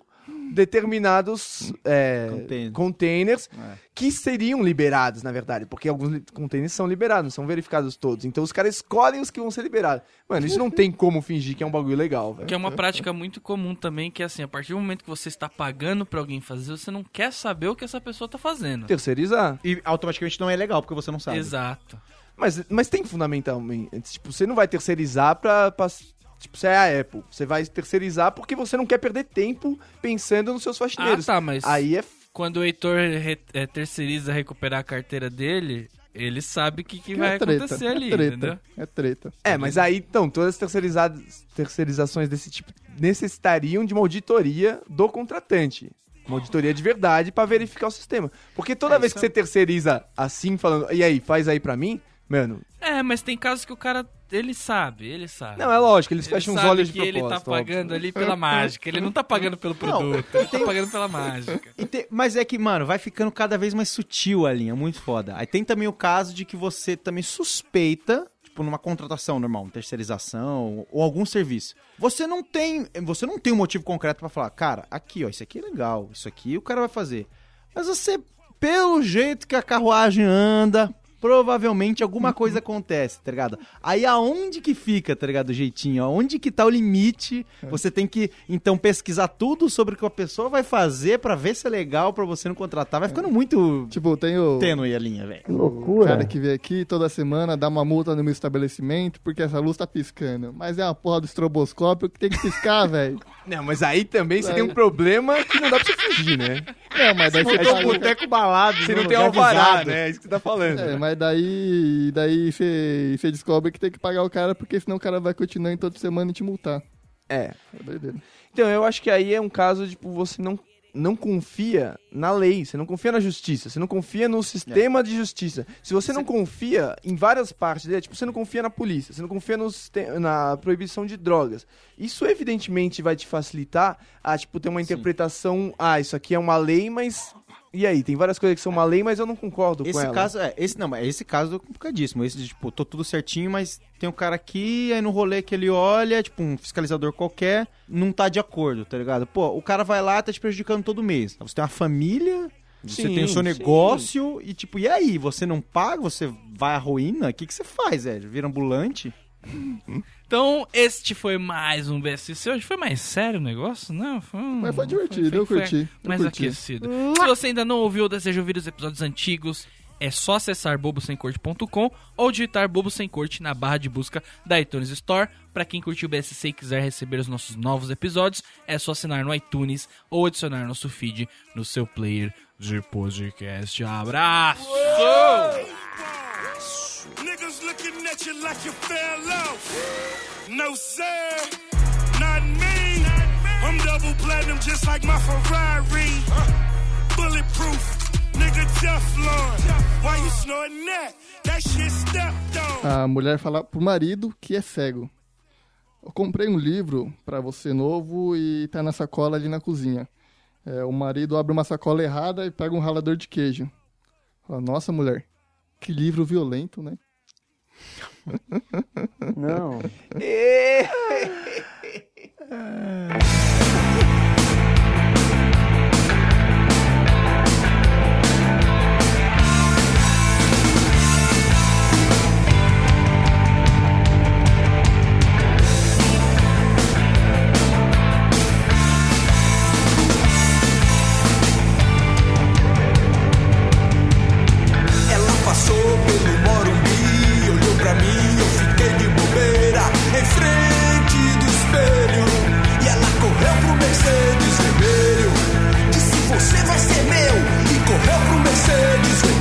B: determinados é,
C: Container.
B: containers
C: É.
B: que seriam liberados, na verdade, porque alguns li- containers são liberados, não são verificados todos. Então os caras escolhem os que vão ser liberados. Mano, isso não tem como fingir que é um bagulho legal,
A: Que
B: velho.
A: é uma prática muito comum também, que é assim, a partir do momento que você está pagando pra alguém fazer, você não quer saber o que essa pessoa tá fazendo.
B: Terceirizar.
C: E automaticamente não é legal, porque você não sabe.
A: Exato.
B: Mas, mas tem fundamentalmente. Tipo, você não vai terceirizar pra. pra- tipo, você é a Apple. Você vai terceirizar porque você não quer perder tempo pensando nos seus
A: Ah,
B: faxineiros.
A: tá, mas
B: Aí é. f-
A: quando o Heitor re- é, terceiriza recuperar a carteira dele, ele sabe o que, que
D: É
A: vai
D: treta,
A: acontecer
D: é
A: ali,
D: treta,
A: entendeu?
D: É treta.
B: É, mas aí, então, todas as terceirizadas, terceirizações desse tipo necessitariam de uma auditoria do contratante. Uma auditoria de verdade pra verificar o sistema. Porque toda
C: É,
B: vez
C: isso
B: que
C: é-
B: você terceiriza assim, falando, e aí, faz aí pra mim, mano.
A: É, mas tem casos que o cara, ele sabe, ele sabe.
B: Não, é lógico, eles
A: Ele
B: fecham os
A: sabe
B: olhos de
A: que
B: propósito.
A: ele tá
B: óbvio.
A: pagando ali pela mágica. Ele não tá pagando pelo produto, ele tá pagando pela mágica.
C: E tem- mas é que, mano, vai ficando cada vez mais sutil a linha, muito foda. Aí tem também o caso de que você também suspeita, tipo, numa contratação normal, uma terceirização ou algum serviço. Você não tem, você não tem um motivo concreto pra falar, cara, aqui, ó, isso aqui é legal, isso aqui o cara vai fazer. Mas você, pelo jeito que a carruagem anda, provavelmente alguma coisa acontece, tá ligado? Aí aonde que fica, tá ligado, o jeitinho? Aonde que tá o limite? Você tem que, então, pesquisar tudo sobre o que a pessoa vai fazer pra ver se é legal pra você não contratar. Vai ficando muito
D: Tipo, tem o
C: É. tênue a linha, velho.
G: Que loucura.
B: é.
D: cara que vem aqui toda semana, dá uma multa no meu estabelecimento porque essa luz tá piscando. Mas é uma porra do estroboscópio que tem que piscar, velho.
B: Não, mas aí também você tem um problema que não dá pra você fugir, né?
D: Não, mas daí
C: Botou
D: você
B: tipo
C: um
D: paga-
C: boteco balado,
B: Você
C: num
B: não tem
C: lugar
B: alvará,
C: visado.
B: né? É isso que você tá falando.
D: É, mas daí daí você você descobre que tem que pagar o cara, porque senão o cara vai continuar em toda semana e te multar.
B: É.
D: É doideira.
B: Então, eu acho que aí é um caso, tipo, você não, não confia na lei, você não confia na justiça, você não confia no sistema
C: É.
B: de justiça. Se você não confia em várias partes dele, tipo, você não confia na polícia, você não confia no sistema, na proibição de drogas. Isso, evidentemente, vai te facilitar a, tipo, ter uma interpretação, ah, isso aqui é uma lei, mas... E aí, tem várias coisas que são uma lei, mas eu não concordo com
C: Esse
B: ela.
C: caso, é, esse não, mas esse caso é complicadíssimo. Esse, de, tipo, tô tudo certinho, mas tem um cara aqui, aí no rolê que ele olha, tipo, um fiscalizador qualquer, não tá de acordo, tá ligado? Pô, o cara vai lá, tá te prejudicando todo mês. Você tem uma família, você
B: Sim,
C: tem o seu
B: sim.
C: negócio, e tipo, e aí? Você não paga? Você vai à ruína? O que, que você faz, é? Vira ambulante?
A: Então, este foi mais um BSC. Hoje foi mais sério o negócio, não? Foi um-
D: Mas foi divertido, eu curti, eu
A: mais
D: curti.
A: aquecido. Se você ainda não ouviu ou deseja ouvir os episódios antigos, é só acessar bobosemcorte.com ou digitar Bobo Sem Corte na barra de busca da iTunes Store. Pra quem curtiu o BSC e quiser receber os nossos novos episódios, é só assinar no iTunes ou adicionar nosso feed no seu player de podcast. Abraço!
H: Niggas looking at you like you fell off. No, sir, not me. I'm double platinum just like my Ferrari. Bulletproof, nigga Teflon. Why you snorting that? That shit stepped on.
D: A mulher fala pro marido que é cego. Eu comprei um livro pra você novo e tá na sacola ali na cozinha. É, o marido abre uma sacola errada e pega um ralador de queijo. Fala, Nossa, mulher, que livro violento, né?
G: Não.
E: Ela passou pelo Morumbi, olhou pra mim, eu fiquei de bobeira. Em frente é É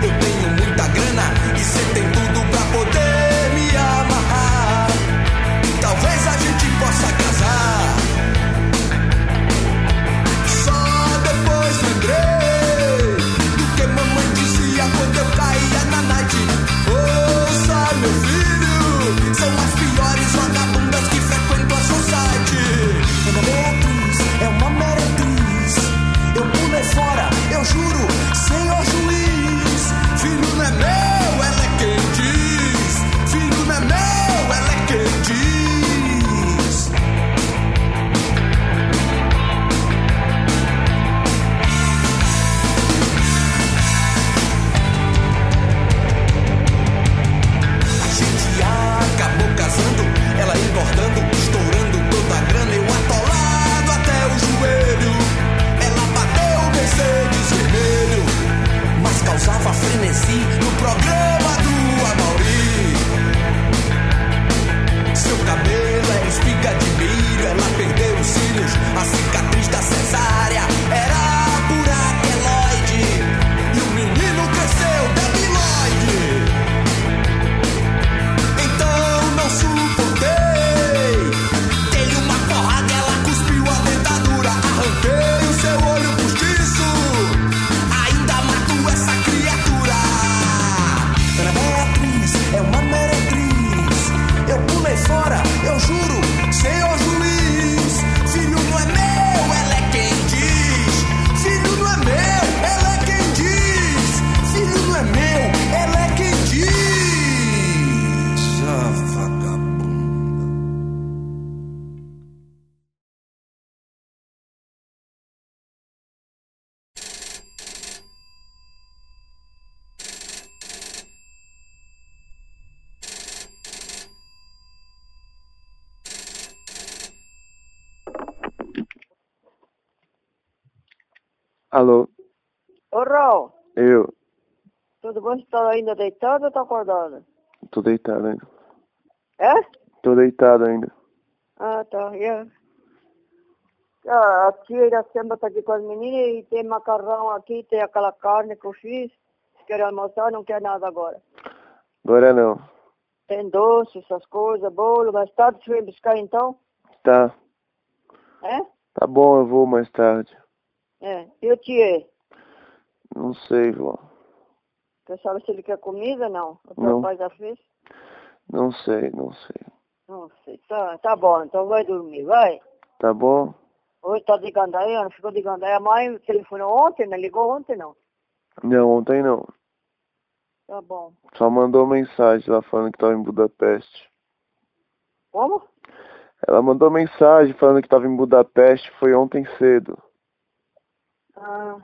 E: é é é Então é é é é Ah,
B: Alô,
I: Ô, Rol,
B: eu
I: tudo bom? Estou ainda deitado ou tô acordando?
B: tô deitado ainda.
I: É?
B: Tô deitado ainda.
I: Ah, tá. Eu... Ah, a tia Iracema tá aqui com as meninas e tem macarrão aqui, tem aquela carne que eu fiz. Se quer almoçar, não quer nada agora.
B: Agora não.
I: Tem doce, essas coisas, bolo, mais tarde você vem buscar então?
B: Tá,
I: É?
B: tá bom, eu vou mais tarde.
I: É. E o tio?
B: Não sei, vó.
I: Quer saber se ele quer comida não? O
B: Não.
I: teu pai já fez?
B: Não sei, não sei.
I: Não sei. Tá, tá bom, então vai dormir, vai.
B: Tá bom?
I: Hoje tá de gandaia, não ficou de gandaia. A mãe telefonou ontem, não ligou ontem não.
B: Não, ontem não.
I: Tá bom.
B: Só mandou mensagem lá falando que tava em Budapeste.
I: Como?
B: Ela mandou mensagem falando que tava em Budapeste, foi ontem cedo.
I: Ah.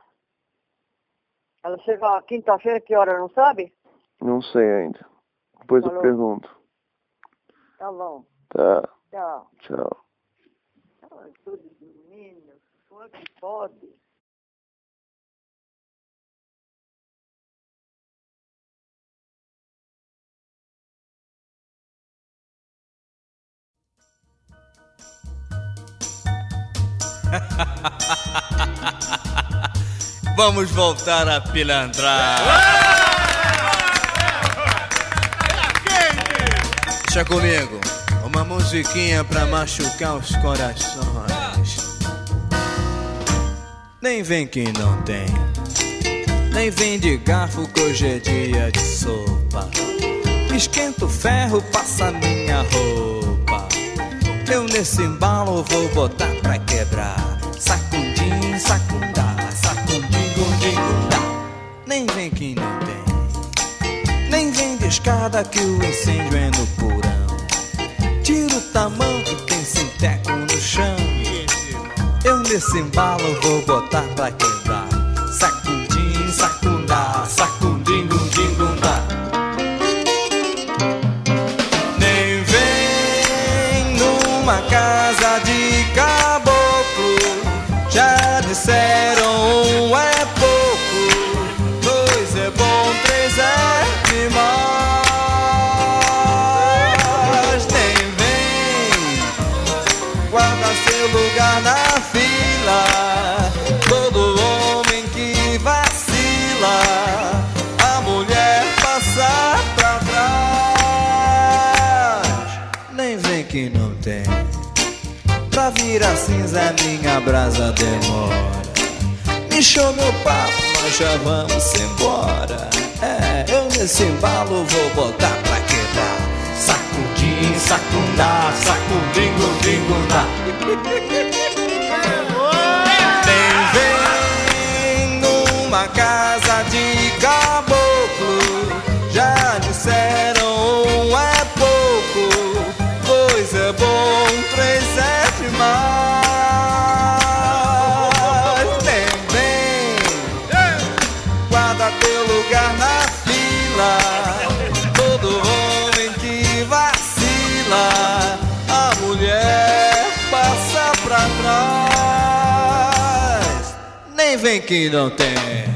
I: Ela chega quinta-feira, que hora, não sabe?
B: Não sei ainda. Depois eu
I: Falou.
B: pergunto.
I: Tá bom.
B: Tá,
I: Tchau.
B: tchau.
I: Ai, Tudo menino. Foi que pode.
E: Vamos voltar a pilantrar. Deixa comigo, uma musiquinha pra machucar os corações. Nem vem que não tem, nem vem de garfo que hoje é dia de sopa. Esquenta o ferro, passa minha roupa. Eu nesse embalo vou botar pra quebrar. Sacudim, sacundá, sacudim, gundim, gundá. Nem vem que não tem. Nem vem de escada que o incêndio é no porão. Tira o tamanho tem sinteco no chão. Eu nesse embalo vou botar pra quebrar. Sacudim, sacundá, sacudim, gundim, gundá. Nem vem numa casa de caboclo. Já disseram um é pouco, dois é bom, três é demais. Nem vem, guarda seu lugar na fila. Todo homem que vacila, a mulher passa pra trás. Nem vem que não tem. Pra virar cinza, minha brasa demora. Me chama o papo, nós já vamos embora. É, eu nesse embalo vou botar pra quebrar. Sacudim, sacundá, sacudingo, dingundá. Nem vem numa casa de caboclo. Já disseram um é pouco, dois é bom, três é demais. Nem vem, guarda teu lugar na fila. Todo homem que vacila, a mulher passa pra trás. Nem vem que não tem.